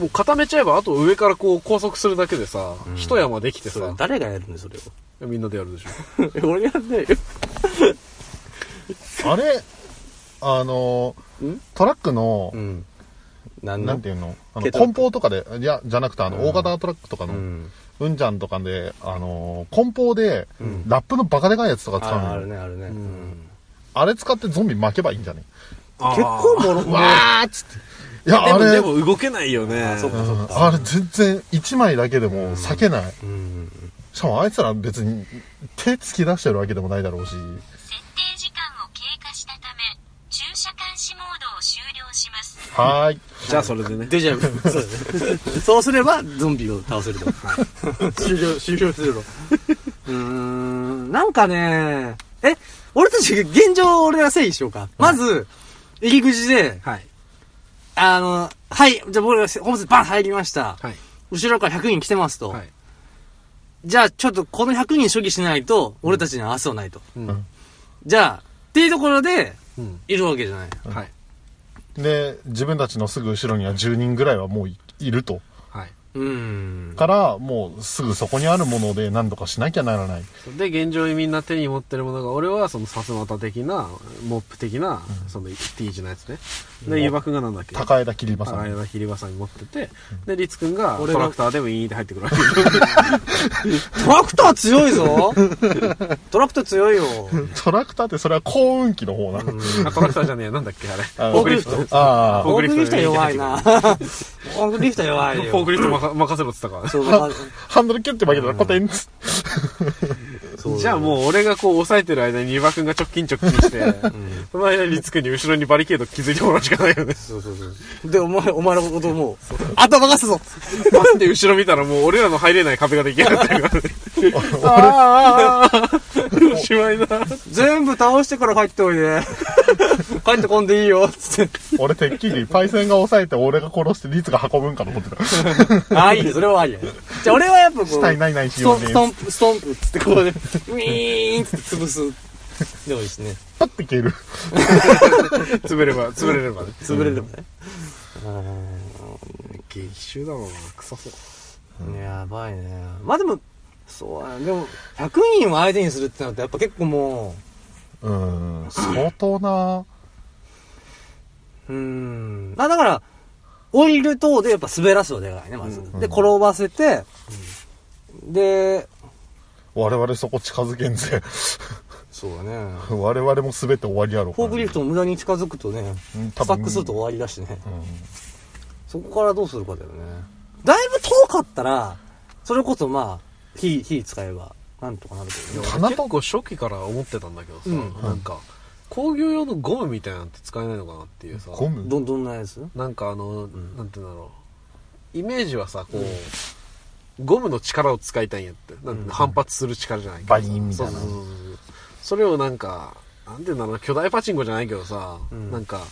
Speaker 2: う固めちゃえば、あと上からこう拘束するだけでさ、一山できて
Speaker 1: それ
Speaker 2: さ、
Speaker 1: 誰がやるんだよ、それを。
Speaker 2: みんなでやるでしょ。
Speaker 1: 俺やんないよ。
Speaker 3: あ。あれ、あの、トラックの
Speaker 1: う、ん。なん
Speaker 3: な
Speaker 1: の
Speaker 3: んていうのあの、
Speaker 1: 軽トラッ
Speaker 3: 梱
Speaker 1: ク
Speaker 3: 包とかで、いや、じゃなくて、あの、大型トラックとかの、
Speaker 1: ん
Speaker 3: うんちゃんとかで、あの、梱包で、ラップのバカでかいやつとか使うの
Speaker 1: ああ
Speaker 3: よ
Speaker 1: るね、あるね。うん
Speaker 3: あれ使ってゾンビ巻けばいいんじゃね
Speaker 1: 結構もろもろ。
Speaker 3: わーっつって。いや、あ
Speaker 2: でも、
Speaker 3: れ、
Speaker 2: で
Speaker 3: うん
Speaker 2: も動けないよね。
Speaker 1: そっかそっか。
Speaker 3: あれ全然、1枚だけでも避けない。
Speaker 1: うん。
Speaker 3: しかもあいつら別に、手突き出してるわけでもないだろうし。
Speaker 4: 設定時間を経過したため駐車監視モードを終了します
Speaker 3: はーい。
Speaker 2: じゃあそれでね。
Speaker 1: デジャブ。そうだねそうすれば、ゾンビを倒せると。終了、終了するの。うーん、なんかね、え、俺たち、現状俺が整理しようか。まず、入り口で、
Speaker 2: はい。
Speaker 1: あの、はい、じゃあ僕ら、ホームセンターバン入りました。
Speaker 2: はい。
Speaker 1: 後ろから100人来てますと。
Speaker 2: はい。
Speaker 1: じゃあ、ちょっとこの100人処理しないと、俺たちには明日はないと。
Speaker 2: うん。
Speaker 1: じゃあ、っていうところで、
Speaker 2: うん。
Speaker 1: いるわけじゃない。
Speaker 2: はい。
Speaker 3: で、自分たちのすぐ後ろには10人ぐらいはもういいると。
Speaker 2: はい。
Speaker 1: うーん。
Speaker 3: から、もうすぐそこにあるもので何とかしなきゃならない。
Speaker 2: で、現状にみんな手に持ってるものが、俺はそのさすまた的な、モップ的な、その T 字のやつね。で、湯葉くんがなんだっけ
Speaker 3: 高枝切りまさ
Speaker 2: あ
Speaker 3: ん。
Speaker 2: れひりばさんに持ってて、で、りつくんがト
Speaker 1: 俺が
Speaker 2: ラクターでもいいって入ってくるわけ。
Speaker 1: トラクター強いぞトラクター強いよ。
Speaker 3: トラクターってそれは幸運期の方な。
Speaker 2: あトラクターじゃねえ、なんだっけあれ。フ
Speaker 3: あ
Speaker 2: ォークリフト。フ
Speaker 1: フォークリフ
Speaker 2: ォ
Speaker 3: あ
Speaker 1: フォークリフト弱いな。フォークリフト弱 いよ。
Speaker 2: ークリフト任任せろって言ったか
Speaker 1: そう
Speaker 3: あ、はハンドルキュッて曲げたらパテンツ。
Speaker 1: そう
Speaker 2: ら。じゃあもう俺がこう押さえてる間に湯葉くんが直近直近して、その間にりつくんに後ろにバリケード気づいてもらうしかないよね。
Speaker 1: そうそうそう。で、お前、お前のこともう、頭がすぞ
Speaker 2: パッて後ろ見たらもう俺らの入れない壁が出来上がってるからね。あーあー、おしまいだ。
Speaker 1: 全部倒してから帰っておいで。 帰ってこんでいいよ、つって。
Speaker 3: 俺てっきりパイセンが抑えて俺が殺して率が運ぶんかと思ってた。
Speaker 1: ああ、いいね、それはありや。じゃあ俺はやっぱこう、
Speaker 3: 死体ないないし
Speaker 1: スト
Speaker 3: よ
Speaker 1: ン
Speaker 3: ね
Speaker 1: ス。トンプ、ストンプっつってこうで、ウィーンっつって潰す。でもいいしね。
Speaker 3: パッて消える。
Speaker 2: 潰れば、潰れればね。
Speaker 1: 潰れればね。
Speaker 2: 激臭だろうな。臭そう。
Speaker 1: やばいね。まあでも、そうだね。でも、100人を相手にするってなると、やっぱ結構も
Speaker 3: うん、相当な、
Speaker 1: う、うーん。あ、だから、オイル等でやっぱ滑らすのでかいね、まず。
Speaker 3: ん
Speaker 1: で、転ばせて、で、
Speaker 3: 我々そこ近づけんぜ。
Speaker 1: そうだね。
Speaker 3: 我々も全て終わりやろう
Speaker 1: フォークリフトも無駄に近づくとね、
Speaker 3: うん多
Speaker 1: ス
Speaker 3: 分
Speaker 1: タックすると終わりだしね。
Speaker 3: うん
Speaker 1: そこからどうするかだよね。だいぶ遠かったら、それこそまあ、火、火使えば、なんとかなるけどね。
Speaker 3: 花
Speaker 2: 結
Speaker 3: と
Speaker 2: 構初期から思ってたんだけどさ、
Speaker 1: うん
Speaker 2: なんか工業用のゴムみたいなのって使えないのかなっていうさ
Speaker 3: ゴム
Speaker 1: ど、どんなやつ
Speaker 2: なんかあの、なんて言うんだろうイメージはさこう、ゴムの力を使いたいんやってなん
Speaker 1: うん
Speaker 2: か反発する力じゃないけど
Speaker 3: バ
Speaker 2: さ
Speaker 3: インみたいな
Speaker 2: そうそうそうそうそれをなんかなんて言うんだろうな巨大パチンコじゃないけどさ、
Speaker 1: うん
Speaker 2: なんか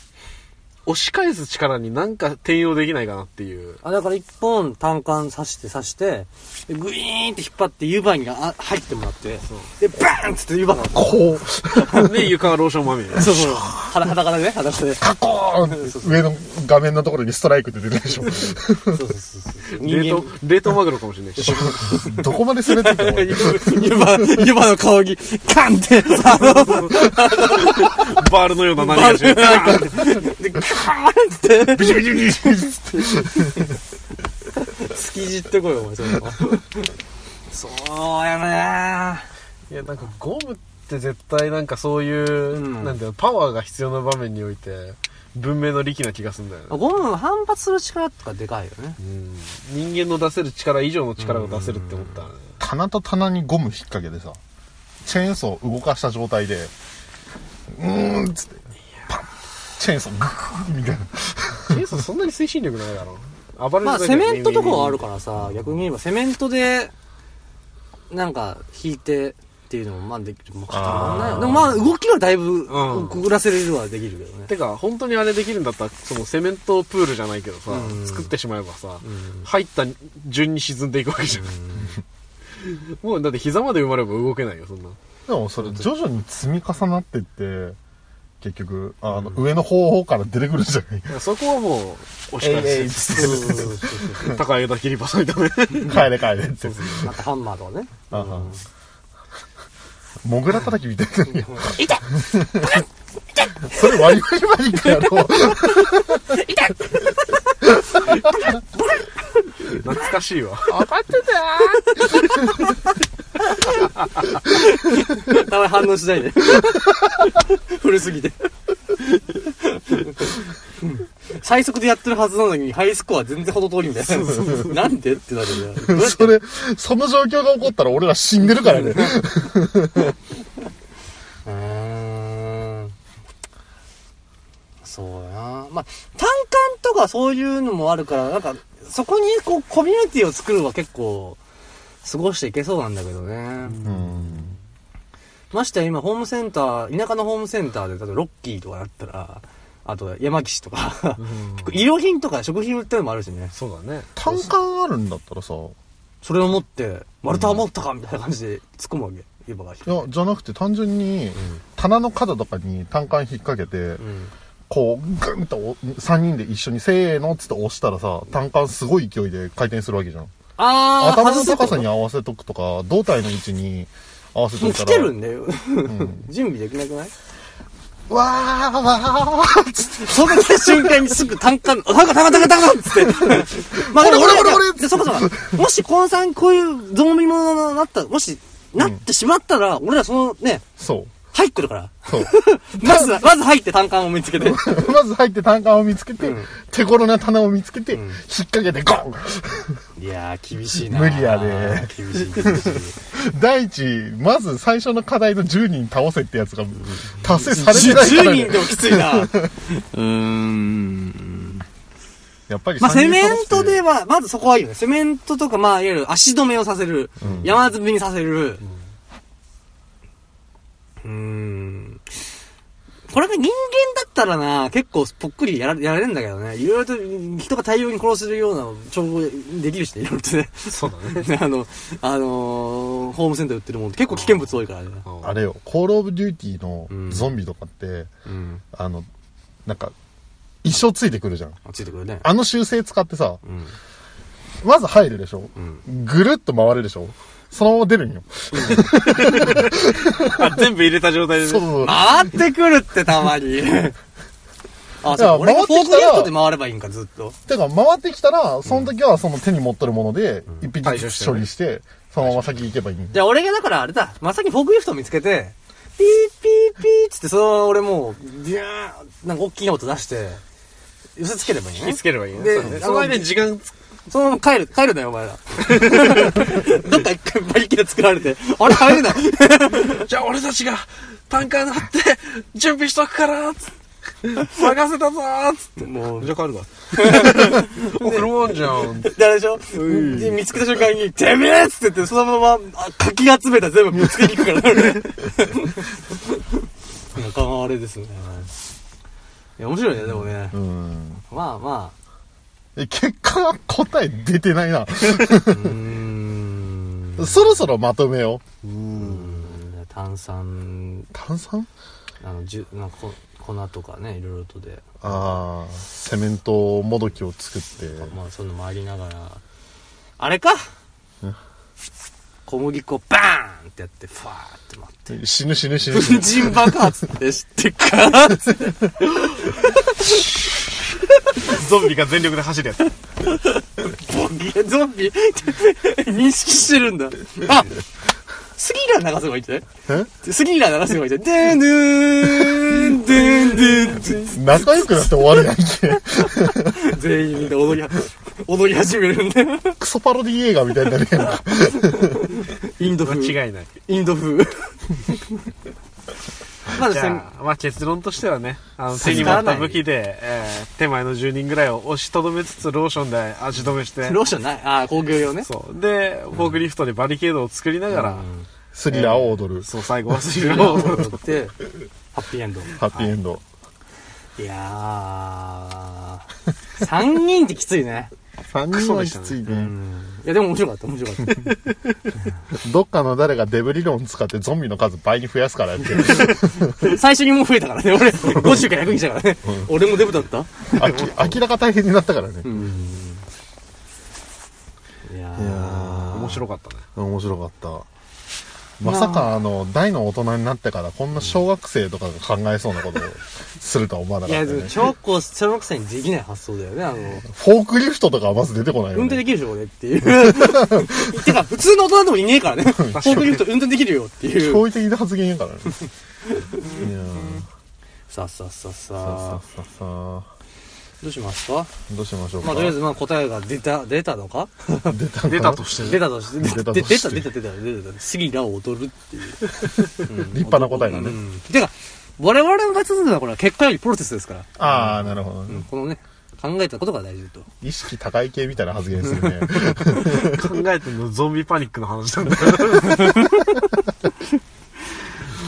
Speaker 2: 押し返す力になんか転用できないかなっていう
Speaker 1: あ、だから一本単管刺して刺して、でグイーンって引っ張って湯葉にあ入ってもらって、で、バーンっつって湯葉が、
Speaker 3: こう、
Speaker 2: で床がローションまみれ
Speaker 1: そうそう、裸裸でね、裸で。そ
Speaker 3: カコーン上の画面のところにストライクって出てるでし ょ。
Speaker 1: うそうそうそう。
Speaker 2: 冷
Speaker 1: 人
Speaker 2: 凍
Speaker 1: 間、
Speaker 2: 冷凍マグロかもしれないし
Speaker 3: どこまで滑ってたの
Speaker 1: 湯葉、湯葉の顔に、カンって、あの、
Speaker 2: バールのような何
Speaker 1: バ
Speaker 2: か
Speaker 1: ル
Speaker 2: しら
Speaker 1: ーンな んかで、カーンって、
Speaker 3: ビシビシビシビシって
Speaker 1: つきじってこいよ、お前、それはそうやね
Speaker 2: いやなんかゴムって絶対なんかそういう、
Speaker 1: ん
Speaker 2: なんだよパワーが必要な場面において文明の利器な気がするんだよね、
Speaker 1: ゴム反発する力とかでかいよね。
Speaker 2: うん、人間の出せる力以上の力を出せるって思ったらね
Speaker 3: 棚と棚にゴム引っ掛けてさ、チェーンソーを動かした状態で、うーんっつって、パンチェーンソーグーみたいな。
Speaker 2: チェーンソーそんなに推進力ないだろ暴れる
Speaker 1: まあ、
Speaker 2: だけ
Speaker 1: セ
Speaker 2: だよね
Speaker 1: メントとかはある
Speaker 2: ウィンウィンウィン
Speaker 1: からさ、逆に言えばセメントで、なんか、引いてっていうのも、まあ、できる。もう固まんないよ。
Speaker 3: あー
Speaker 1: でもまあ、動きはだいぶ、
Speaker 2: ん
Speaker 1: くぐらせれるはできるけどね。
Speaker 2: てか本当にあれできるんだったらそのセメントプールじゃないけどさ、
Speaker 1: うん
Speaker 2: 作ってしまえばさ、入った順に沈んでいくわけじゃん、もうだって膝まで埋まれば動けないよそんな
Speaker 3: でもそれ徐々に積み重なってって、結局、あの、上の方から出てくるじゃ ない
Speaker 2: だからそこはもう押し返す、
Speaker 3: えいえいっつっ て
Speaker 2: 高い枝切りばさみたいなね
Speaker 3: 帰れ帰れって。
Speaker 1: あと、ハンマーとかね。
Speaker 3: ああモグラ叩きみたいな。いたそれワイワイマジックやろ。
Speaker 2: 懐かしいわ
Speaker 1: たまに反応しないで。 古すぎて。最速でやってるはずなのに、ハイスコア全然程遠いみたいな。なんでってなるんだよ。どうやって
Speaker 3: それ、その状況が起こったら俺ら死んでるからね。
Speaker 1: うーんそうやな。まあ、単管とかそういうのもあるから、なんか、そこにこう、コミュニティを作るは結構、過ごしていけそうなんだけどね。
Speaker 3: うん。
Speaker 1: ましてや今、ホームセンター、田舎のホームセンターで、例えばロッキーとかだったら、あと山岸とか、 結構衣料品とか食品売ってるのもあるしね。
Speaker 2: そうだね
Speaker 3: 単管あるんだったらさ、
Speaker 1: それを持って、丸太は持ったかみたいな感じで突っ込むわけ。言えばが
Speaker 3: いや、じゃなくて単純に、棚の角とかに単管引っ掛けて、
Speaker 1: うん。
Speaker 3: こう、グンとお3人で一緒にせーのっつって押したらさ、単管すごい勢いで回転するわけじゃん。
Speaker 1: あー、
Speaker 3: 頭の
Speaker 1: 外せって
Speaker 3: 高
Speaker 1: こと
Speaker 3: さに合わせとくとか、胴体の位置に合わせと
Speaker 1: もう
Speaker 3: いた
Speaker 1: 来
Speaker 3: ら。
Speaker 1: てるんだよ。
Speaker 3: ん
Speaker 1: 準備できなくない
Speaker 3: わーわーつって。
Speaker 1: それた瞬間にすぐ単価、単価、単価、単価、単価っつって。まあ、
Speaker 3: 俺俺俺俺
Speaker 1: で、そこそこ。もし、このさん、こういうゾンビものになった、もし、なってしまったら、俺らそのね、
Speaker 3: そう。
Speaker 1: 入ってるから。
Speaker 3: そう。
Speaker 1: まずは、まず入って単価を見つけて。
Speaker 3: まず入って単管を見つけて、
Speaker 1: うん
Speaker 3: 手頃な棚を見つけて、
Speaker 1: ん
Speaker 3: 引っ掛けてゴン
Speaker 1: いやー、厳しい
Speaker 3: な無理やね
Speaker 1: 厳しい、厳 しい。
Speaker 3: 第一、まず最初の課題の10人倒せってやつが達成されてないか
Speaker 1: 10
Speaker 3: ら、ね
Speaker 1: 人。でもきつい な。うーん。
Speaker 3: やっぱり
Speaker 1: まあ、セ
Speaker 3: 三人
Speaker 1: メン
Speaker 3: 揃って
Speaker 1: トでは、まずそこはいいよね。セメントとか、まあ、いわゆる足止めをさせる。山積みにさせる。うーん。これが人間だったらな、結構ぽっくりやらやられるんだけどね。いろいろと人が大量に殺せるような調合できるしね、いろいろとね。
Speaker 2: そうだね
Speaker 1: あの、あのーホームセンター売ってるもんって結構危険物多いからね。
Speaker 3: あれよ、コールオブデューティーのゾンビとかって、
Speaker 1: うん。
Speaker 3: あの、なんか、一生ついてくるじゃん。
Speaker 1: ついてくるね。
Speaker 3: あの修正使ってさ、
Speaker 1: うん。
Speaker 3: まず入るでしょ、ぐるっと回るでしょそのまま出るんよ。
Speaker 2: あ全部入れた状態でね。
Speaker 3: そうそう
Speaker 1: 回ってくるってたまに。あ、そう、俺がフォークリフトで回ればいいんか、ずっと。
Speaker 3: てか、回ってきたら、その時はその手に持ってるもので、一匹ずつ処理して、そのまま先行けばいいんよ
Speaker 1: じゃあ俺がだからあれだ、まさにフォークリフトを見つけて、ピーピーピーっつって、その俺もう、ビューン、なんか大きい音出して、寄せつければいい
Speaker 2: 引
Speaker 1: ね
Speaker 2: きつければいいね。
Speaker 1: で
Speaker 2: そうね
Speaker 1: あの
Speaker 2: その間に時間つ、
Speaker 1: そのまま帰る、帰るなよ、お前ら。 どっか一回馬力で作られて、あれ帰るな。
Speaker 2: じゃあ俺たちが、単価になって、準備しとくからつって任せたぞーつって。
Speaker 1: もう、
Speaker 2: じゃあ帰るわ。 送るもんじゃん。
Speaker 1: であれでしょで見つけた瞬間に、てめえっつって言って、そのまま、あかき集めた全部ぶつけに行く からね。なかなかあれですね。いや、面白いね、でもね。
Speaker 3: うん。
Speaker 1: まあまあ。
Speaker 3: え結果、答え出てない な。
Speaker 1: うーん。
Speaker 3: そろそろまとめよう。
Speaker 1: 炭酸、
Speaker 3: 炭酸
Speaker 1: あの、じゅなんかこ粉とかね、いろいろとで、
Speaker 3: ああ、セメントもどきを作って。
Speaker 1: まあ、そういうのもありながら、あれか小麦粉バーンってやって、ファーって待って。
Speaker 3: 死ぬ死ぬ死ぬ死
Speaker 1: 粉
Speaker 3: ぬ。
Speaker 1: 塵爆発って知ってっか
Speaker 2: ゾンビが全力で走るやつ。
Speaker 1: ゾンビ 認識してるんだ。あスリーラー流せばいいんじゃないスリーラー流せばいいんじゃないでーぬーん、でーん、でーんでーん、
Speaker 3: 仲良くなって終わるやん け。
Speaker 1: 全員みんな踊りは、踊り始めるんだよ。
Speaker 3: クソパロディ映画みたいになるやんか。
Speaker 1: インド風。
Speaker 2: 間違い ない。
Speaker 1: インド風。 まず
Speaker 2: じ
Speaker 1: 先、
Speaker 2: ゃあ、まあ結論としてはね、あの、手に持った武器で、えー手前の10人ぐらいを押しとどめつつ、ローションで足止めして、
Speaker 1: ローションないああ、工業用ね。
Speaker 2: そう。で、フォークリフトでバリケードを作りながら、
Speaker 3: スリラーを踊る。
Speaker 2: そう、最後はスリラーを踊る。
Speaker 1: で、ハッピーエンド。
Speaker 3: ハッピーエンド。
Speaker 1: いやー、3人ってきついね。
Speaker 3: 三人はきついね。
Speaker 1: いや、でも面白かった、面白かった。
Speaker 3: どっかの誰がデブ理論使ってゾンビの数倍に増やすからやって る。
Speaker 1: 最初にもう増えたからね、俺、50から100にしたからね。俺もデブだった
Speaker 3: あき明らか大変になったからね。
Speaker 1: いや
Speaker 3: いや
Speaker 1: ー
Speaker 3: ー
Speaker 2: 面白かったね。
Speaker 3: 面白かった。まさかあの、大の大人になってからこんな小学生とかが考えそうなことをするとは思わないか
Speaker 1: や、
Speaker 3: った
Speaker 1: で
Speaker 3: よ
Speaker 1: も
Speaker 3: ね。
Speaker 1: 超高、小学生にできない発想だよね、あの、
Speaker 3: フォークリフトとかはまず出てこないよ、ね。
Speaker 1: 運転できるでしょ、俺っていう。 てか、普通の大人でもいねえからね。フォークリフト運転できるよっていう。
Speaker 3: 驚異的な発言やからね。いやー
Speaker 1: さあさあさあ
Speaker 3: さ
Speaker 1: さ
Speaker 3: あ
Speaker 1: あ。
Speaker 3: さあさあ
Speaker 1: どうしますか
Speaker 3: どうしましょう
Speaker 1: ま
Speaker 3: か。
Speaker 1: あ、とりあえず、まあ、答えが出た、出たのか
Speaker 3: 出たのかな
Speaker 2: 出たとして
Speaker 1: 出
Speaker 2: ね。
Speaker 1: たとして、出
Speaker 3: 出
Speaker 1: た、
Speaker 3: た
Speaker 1: 出
Speaker 3: と
Speaker 1: た、
Speaker 3: して
Speaker 1: 出た、出た、出た、スリラーを踊るっていう。
Speaker 3: 立派な答えだ
Speaker 1: う
Speaker 3: ね。
Speaker 1: ん。てか、我々の勝ちのはこれは結果よりプロセスですから。
Speaker 3: ああ、なるほどね、
Speaker 1: このね、考えたことが大事だと。
Speaker 3: 意識高い系みたいな発言するね。
Speaker 2: 考えてるのゾンビパニックの話なんだ よ。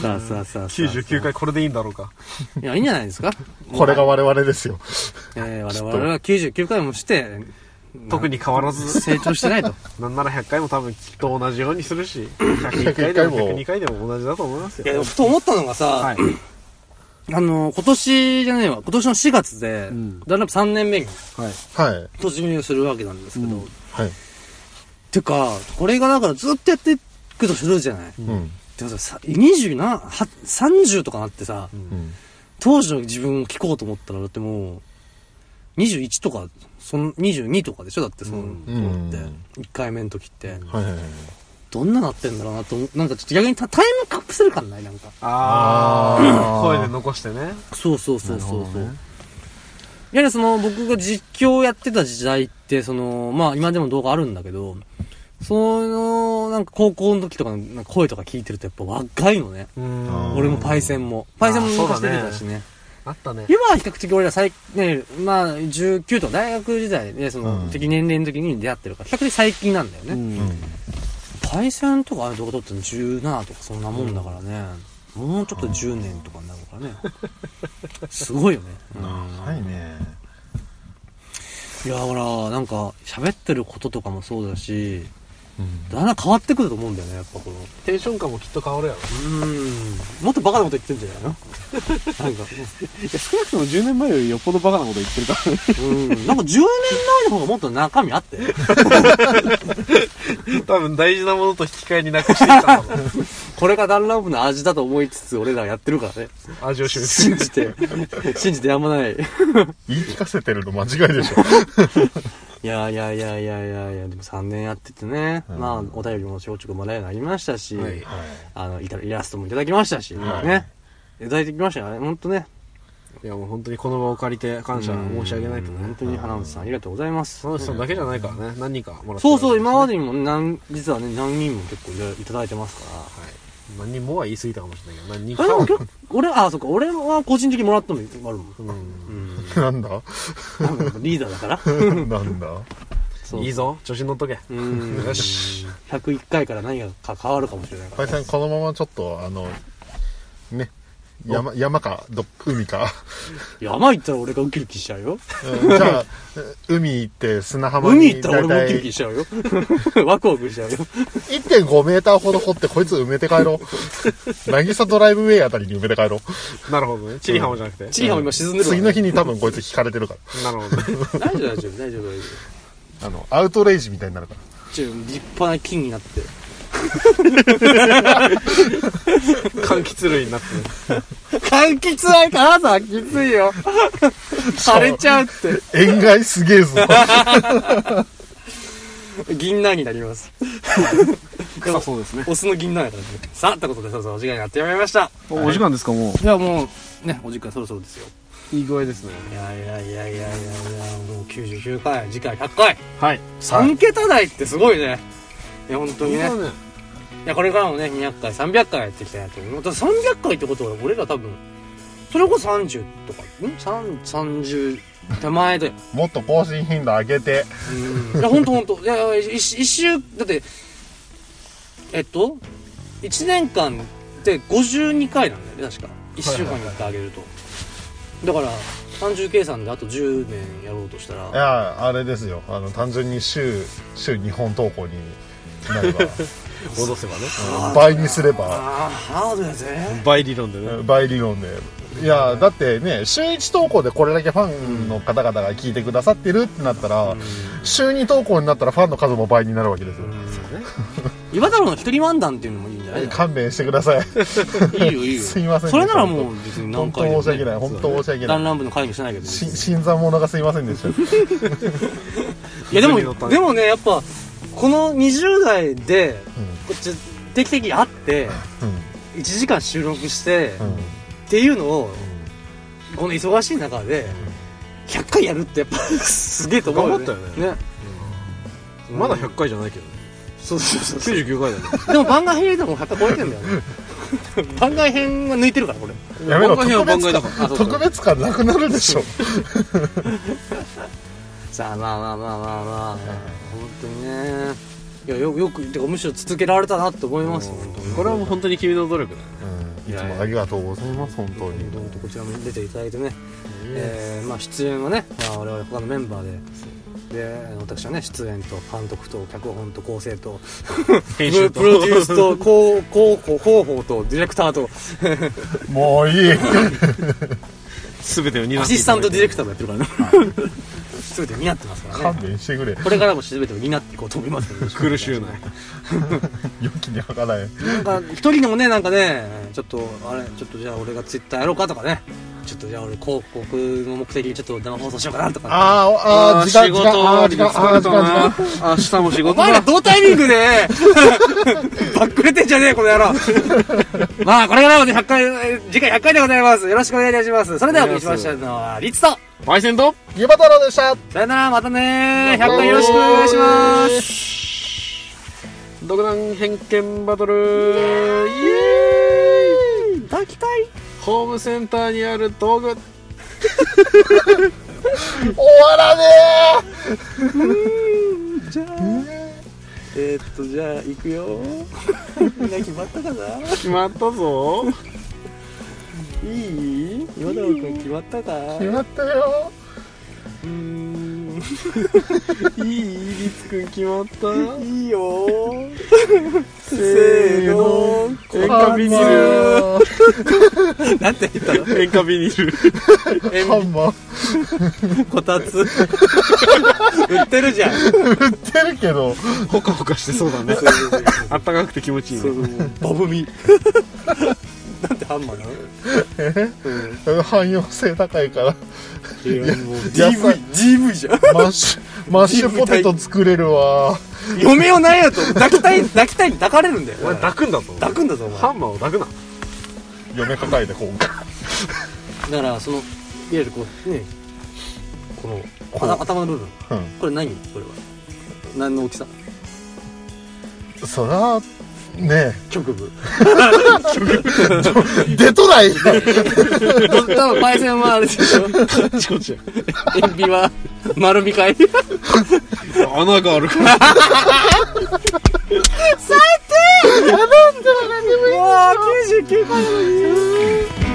Speaker 1: さあさあさあさあ。
Speaker 2: 99回これでいいんだろうか。
Speaker 1: いや、いいんじゃないですか
Speaker 3: これが我々ですよ。
Speaker 1: えー、我々は99回もして、
Speaker 2: 特に変わらず、
Speaker 1: 成長してない と。
Speaker 2: なんなら100回も多分きっと同じようにするし、101回でも102回でも同じだと思います
Speaker 1: いや、で
Speaker 2: よ
Speaker 1: も。ふと思ったのがさ、
Speaker 2: はい。
Speaker 1: あの、今年じゃねえわ、今年の4月で、
Speaker 2: ん
Speaker 1: ダンラップ3年目に
Speaker 2: はい。
Speaker 3: はい。
Speaker 1: 突入するわけなんですけど、
Speaker 3: はい。
Speaker 1: てか、これがだからずっとやっていくとするじゃない。
Speaker 3: うん。
Speaker 1: でもさ、20な、は30とかなってさ、
Speaker 3: うん。
Speaker 1: 当時の自分を聞こうと思ったら、だってもう、21とか、その22とかでしょだってその、
Speaker 3: ん
Speaker 1: って、1回目の時って、
Speaker 3: はいはいはい。
Speaker 1: どんななってんだろうなと思う、なんかちょっと逆にタタイムカプセル感ないなんか。
Speaker 2: あ
Speaker 3: あ
Speaker 2: ー、
Speaker 3: ー
Speaker 2: 声で残してね。
Speaker 1: そうそうそうそうそう。いやね、その、僕が実況をやってた時代って、その、まあ今でも動画あるんだけど、その、なんか高校の時とかのなんか声とか聞いてるとやっぱ若いのね。
Speaker 2: うん。
Speaker 1: 俺もパイセンも。パイセンも昔出てたしね。
Speaker 2: あったね。
Speaker 1: 今は比較的俺ら最、ね、まあ19とか大学時代で、その、
Speaker 3: うん
Speaker 1: 的年齢の時に出会ってるから、比較的最近なんだよね。
Speaker 2: うん。
Speaker 1: パイセンとかあれ動画撮ったの17とかそんなもんだからね。もうちょっと10年とかになるからね。すごいよね。うん
Speaker 3: 長いね。
Speaker 1: いやほらなんか喋ってることとかもそうだしだんだん変わってくると思うんだよね、やっぱこの。
Speaker 2: テンション感もきっと変わるやろ。
Speaker 1: うん。もっとバカなこと言ってんじゃないのなんか、
Speaker 5: いや少なくとも10年前よりよっぽどバカなこと言ってるからね。
Speaker 1: うん。なんか10年前の方がもっと中身あって。
Speaker 2: 多分大事なものと引き換えになくしてきたんだろう。
Speaker 1: これがダンランプの味だと思いつつ、俺らやってるからね。
Speaker 2: 味を示
Speaker 1: 信
Speaker 2: めて。
Speaker 1: じて、信じてやまない。
Speaker 3: 言い聞かせてるの間違いでしょ。
Speaker 1: い やいやいやいやいやいや、でも3年やっててね、まあ、お便りもちょこちょこもらえるようになりましたし、
Speaker 2: はい
Speaker 1: あの、いたイラストもいただきましたし、
Speaker 3: はい
Speaker 1: ね。いただいてきましたよね。ほんとね。
Speaker 2: いやもう本当にこの場を借りて感謝申し上げないと
Speaker 1: 本
Speaker 2: ね。
Speaker 1: 当に花本さん、ありがとうございます。
Speaker 2: その人だけじゃないからね。何人かもらってる
Speaker 1: そうそう、今までにも何、実はね、何人も結構いたいただいてますから。
Speaker 2: 何人もは言い過ぎたかもしれないけど、何人
Speaker 1: あでも
Speaker 2: か。
Speaker 1: 結構、俺、あ、そっか、俺は個人的にもらったのもあるもん。
Speaker 2: うん
Speaker 3: なんだ
Speaker 1: リーダーだから。
Speaker 3: なんだ
Speaker 1: そう
Speaker 2: いいぞ、調子に乗っとけ。
Speaker 1: うん。
Speaker 2: よし。
Speaker 1: 101回から何がか変わるかもしれないか
Speaker 3: パイセン、このままちょっと、あの、ね、山、山か、ど、海か。
Speaker 1: ら。山行ったら俺がウキウキしちゃうよ。
Speaker 3: うんじゃあ、海行って砂浜
Speaker 1: 海
Speaker 3: に
Speaker 1: 行ったら
Speaker 3: 大
Speaker 1: 俺もウキウ
Speaker 3: 体
Speaker 1: キしちゃうよ。ワクワクしちゃうよ。
Speaker 3: 1.5メーターほど掘ってこいつ埋めて帰ろ う。なぎさドライブウェイあたりに埋めて帰ろう。
Speaker 2: なるほどね。チリハモじゃなくて。
Speaker 1: チリハも今沈んでるわ
Speaker 3: 次の日に多分こいつ引かれてるか
Speaker 2: なるほどね。
Speaker 1: 大丈夫大丈夫大丈夫大丈夫。
Speaker 3: ら。あの、アウトレイジみたいになるから。
Speaker 1: ちょ立派な金になって。
Speaker 2: 柑橘類になってね。
Speaker 1: 柑橘愛からさ、きついよ。されちゃうっ
Speaker 3: 塩害すげえ ぞ。
Speaker 1: て。銀杏になります。
Speaker 5: 臭そうですね。
Speaker 1: オスの銀杏やからね。さあ、ってことで、そろそろお時間になってまいりました。
Speaker 5: お時間ですか、もう。
Speaker 1: いや、もう、ね、お時間そろそろですよ。
Speaker 2: いい具合ですね。
Speaker 1: いやいやいやいやいやいやもう99回次回100回
Speaker 2: はい。
Speaker 1: 3桁台ってすごいねいや本当にね
Speaker 2: そうだね。
Speaker 1: いやこれからもね200回300回やっていきたいなと思うだから300回ってことは俺ら多分それこそ30とかん3 30手前で
Speaker 3: もっと更新頻度上げて。
Speaker 1: いや本当本当いやいや一一週だってえっと1年間で52回なんだよね確か1週間やってあげると、だから30計算であと10年やろうとしたら
Speaker 3: いや、あれですよ。あの、単純に週、週2本投稿にな れば、
Speaker 2: 戻せばね。
Speaker 3: 倍にすれば、
Speaker 1: ああハードやぜ
Speaker 2: 倍理論でね。
Speaker 3: 倍理論で。いや、だってね、週1投稿でこれだけファンの方々が聞いてくださってるってなったら、週2投稿になったらファンの数も倍になるわけですよ。
Speaker 1: 岩太郎の一人漫談っていうのもいいんじゃないい
Speaker 3: 勘弁してください。
Speaker 1: いよいいよ
Speaker 3: すいません
Speaker 1: それならもう別に何
Speaker 3: 本当
Speaker 1: 回でも、
Speaker 3: 申し訳ない。本当申し
Speaker 1: ラ
Speaker 3: 訳な
Speaker 1: ン
Speaker 3: い。
Speaker 1: ラン部の会議してないけど
Speaker 3: し
Speaker 1: い
Speaker 3: 新参者がすいませんで した。
Speaker 1: やで
Speaker 2: 非常に乗った
Speaker 1: も
Speaker 2: ね
Speaker 1: でもねやっぱこの20代でこっち定期的に会って
Speaker 3: う
Speaker 1: 1時間収録して、
Speaker 3: ん。う
Speaker 1: っ
Speaker 3: ん。うん
Speaker 1: ていうのをこの忙しい中で100回やるってや っぱすげえと思うよね
Speaker 2: 頑張ったよ
Speaker 1: ね
Speaker 2: まだ100回じゃないけどね。
Speaker 1: そうそうそうそう
Speaker 2: 99回だね。
Speaker 1: でも番外編でも100回超えてんだよね 番外編は抜いてるからこれ
Speaker 3: やめろ、
Speaker 2: 番外
Speaker 3: 特
Speaker 2: 編は番
Speaker 3: 別
Speaker 2: 外だ
Speaker 3: 感
Speaker 2: から。
Speaker 1: あそうか
Speaker 3: 特別感なくなるでしょ。
Speaker 1: さあまあまあまあまあまあ、本当にねいやよよくてかむしろ続けられたなって思います本当に
Speaker 2: これはもう本当に君の努力だね。
Speaker 3: うんいつもありがとうございます、本当に。
Speaker 1: どうぞこちらも出ていただいてね、えーまあ、出演はね、まあ、我々他のメンバーでで私はね出演と監督と脚本と構成と
Speaker 2: 編集と
Speaker 1: プロプロデュースと広広報広報とディレクターと
Speaker 3: もういい。
Speaker 2: 全てを担っていただいて
Speaker 1: アシスタントディレクターもやってるからね全て担ってますから
Speaker 3: 勘
Speaker 1: ね
Speaker 3: 弁してくれ。
Speaker 1: これからも全てを担っていこうと思いますので
Speaker 2: 苦しゅうない。
Speaker 3: 良きに儚い。
Speaker 1: なんか一人でもねなんかねちょっとあれちょっとじゃあ俺がツイッターやろうかとかねちょっとじゃあ俺広告の目的でちょっと生放送しようかなとか
Speaker 3: あーあー、時間、時間、あー時間、あー時間、時間。
Speaker 2: 間。明日も仕
Speaker 1: お
Speaker 2: 事
Speaker 1: 前ら同タイミング でバックれてんじゃねえこの野 郎まあこれからもね100回えー次回100回でございますよろしくお願いいたしますそれではお送りしましたのはリツと
Speaker 2: パイセンと
Speaker 3: ゆば太郎でした
Speaker 1: さよならまたね100回よろしくお願いします
Speaker 2: 独断偏見バトルイエーイ
Speaker 1: 抱きたい
Speaker 2: ホームセンターにある道具
Speaker 3: 終わらね
Speaker 1: じゃあえーっとじゃあ行く よみんな決まったかな
Speaker 2: 決まったぞ
Speaker 1: いい岩田君決まったか
Speaker 3: え決まったよ
Speaker 1: うーん
Speaker 2: いい、リツくん決まった。
Speaker 1: いいよ ー。
Speaker 2: せ ーの塩化ビニー
Speaker 3: ル。
Speaker 1: なんて言ったの
Speaker 2: ル。塩化ビニール。
Speaker 3: ハンマー。
Speaker 1: こたつ。 売ってるじゃん。
Speaker 3: 売ってるけど、
Speaker 2: ほかほかしてそうだね。あったかくて気持ちいいね。
Speaker 1: ボブミ。なんてハンマーなの
Speaker 3: 汎用性高いから、
Speaker 1: いやもう
Speaker 3: 野菜
Speaker 1: GV、GV じゃん。
Speaker 3: マッシュ、マッシュポテト作れるわ。
Speaker 1: 嫁をないよと。抱きたい、抱きたいに抱かれるんだよ。
Speaker 2: お前抱くんだぞ。
Speaker 1: 抱くんだぞ、お前。
Speaker 2: ハンマーを抱くな。
Speaker 3: 嫁抱えて今回。
Speaker 1: だからそのいわゆるこうねこの頭頭の部分
Speaker 3: うん。
Speaker 1: これ何これは何の大きさ
Speaker 3: そら、ね
Speaker 1: 局 部
Speaker 3: え、出とないよ。
Speaker 1: 多分パイセンはあれで しょ
Speaker 2: こっちこっち。
Speaker 1: 塩ビは丸みかい
Speaker 2: 穴があるから。
Speaker 1: うわー99回なのに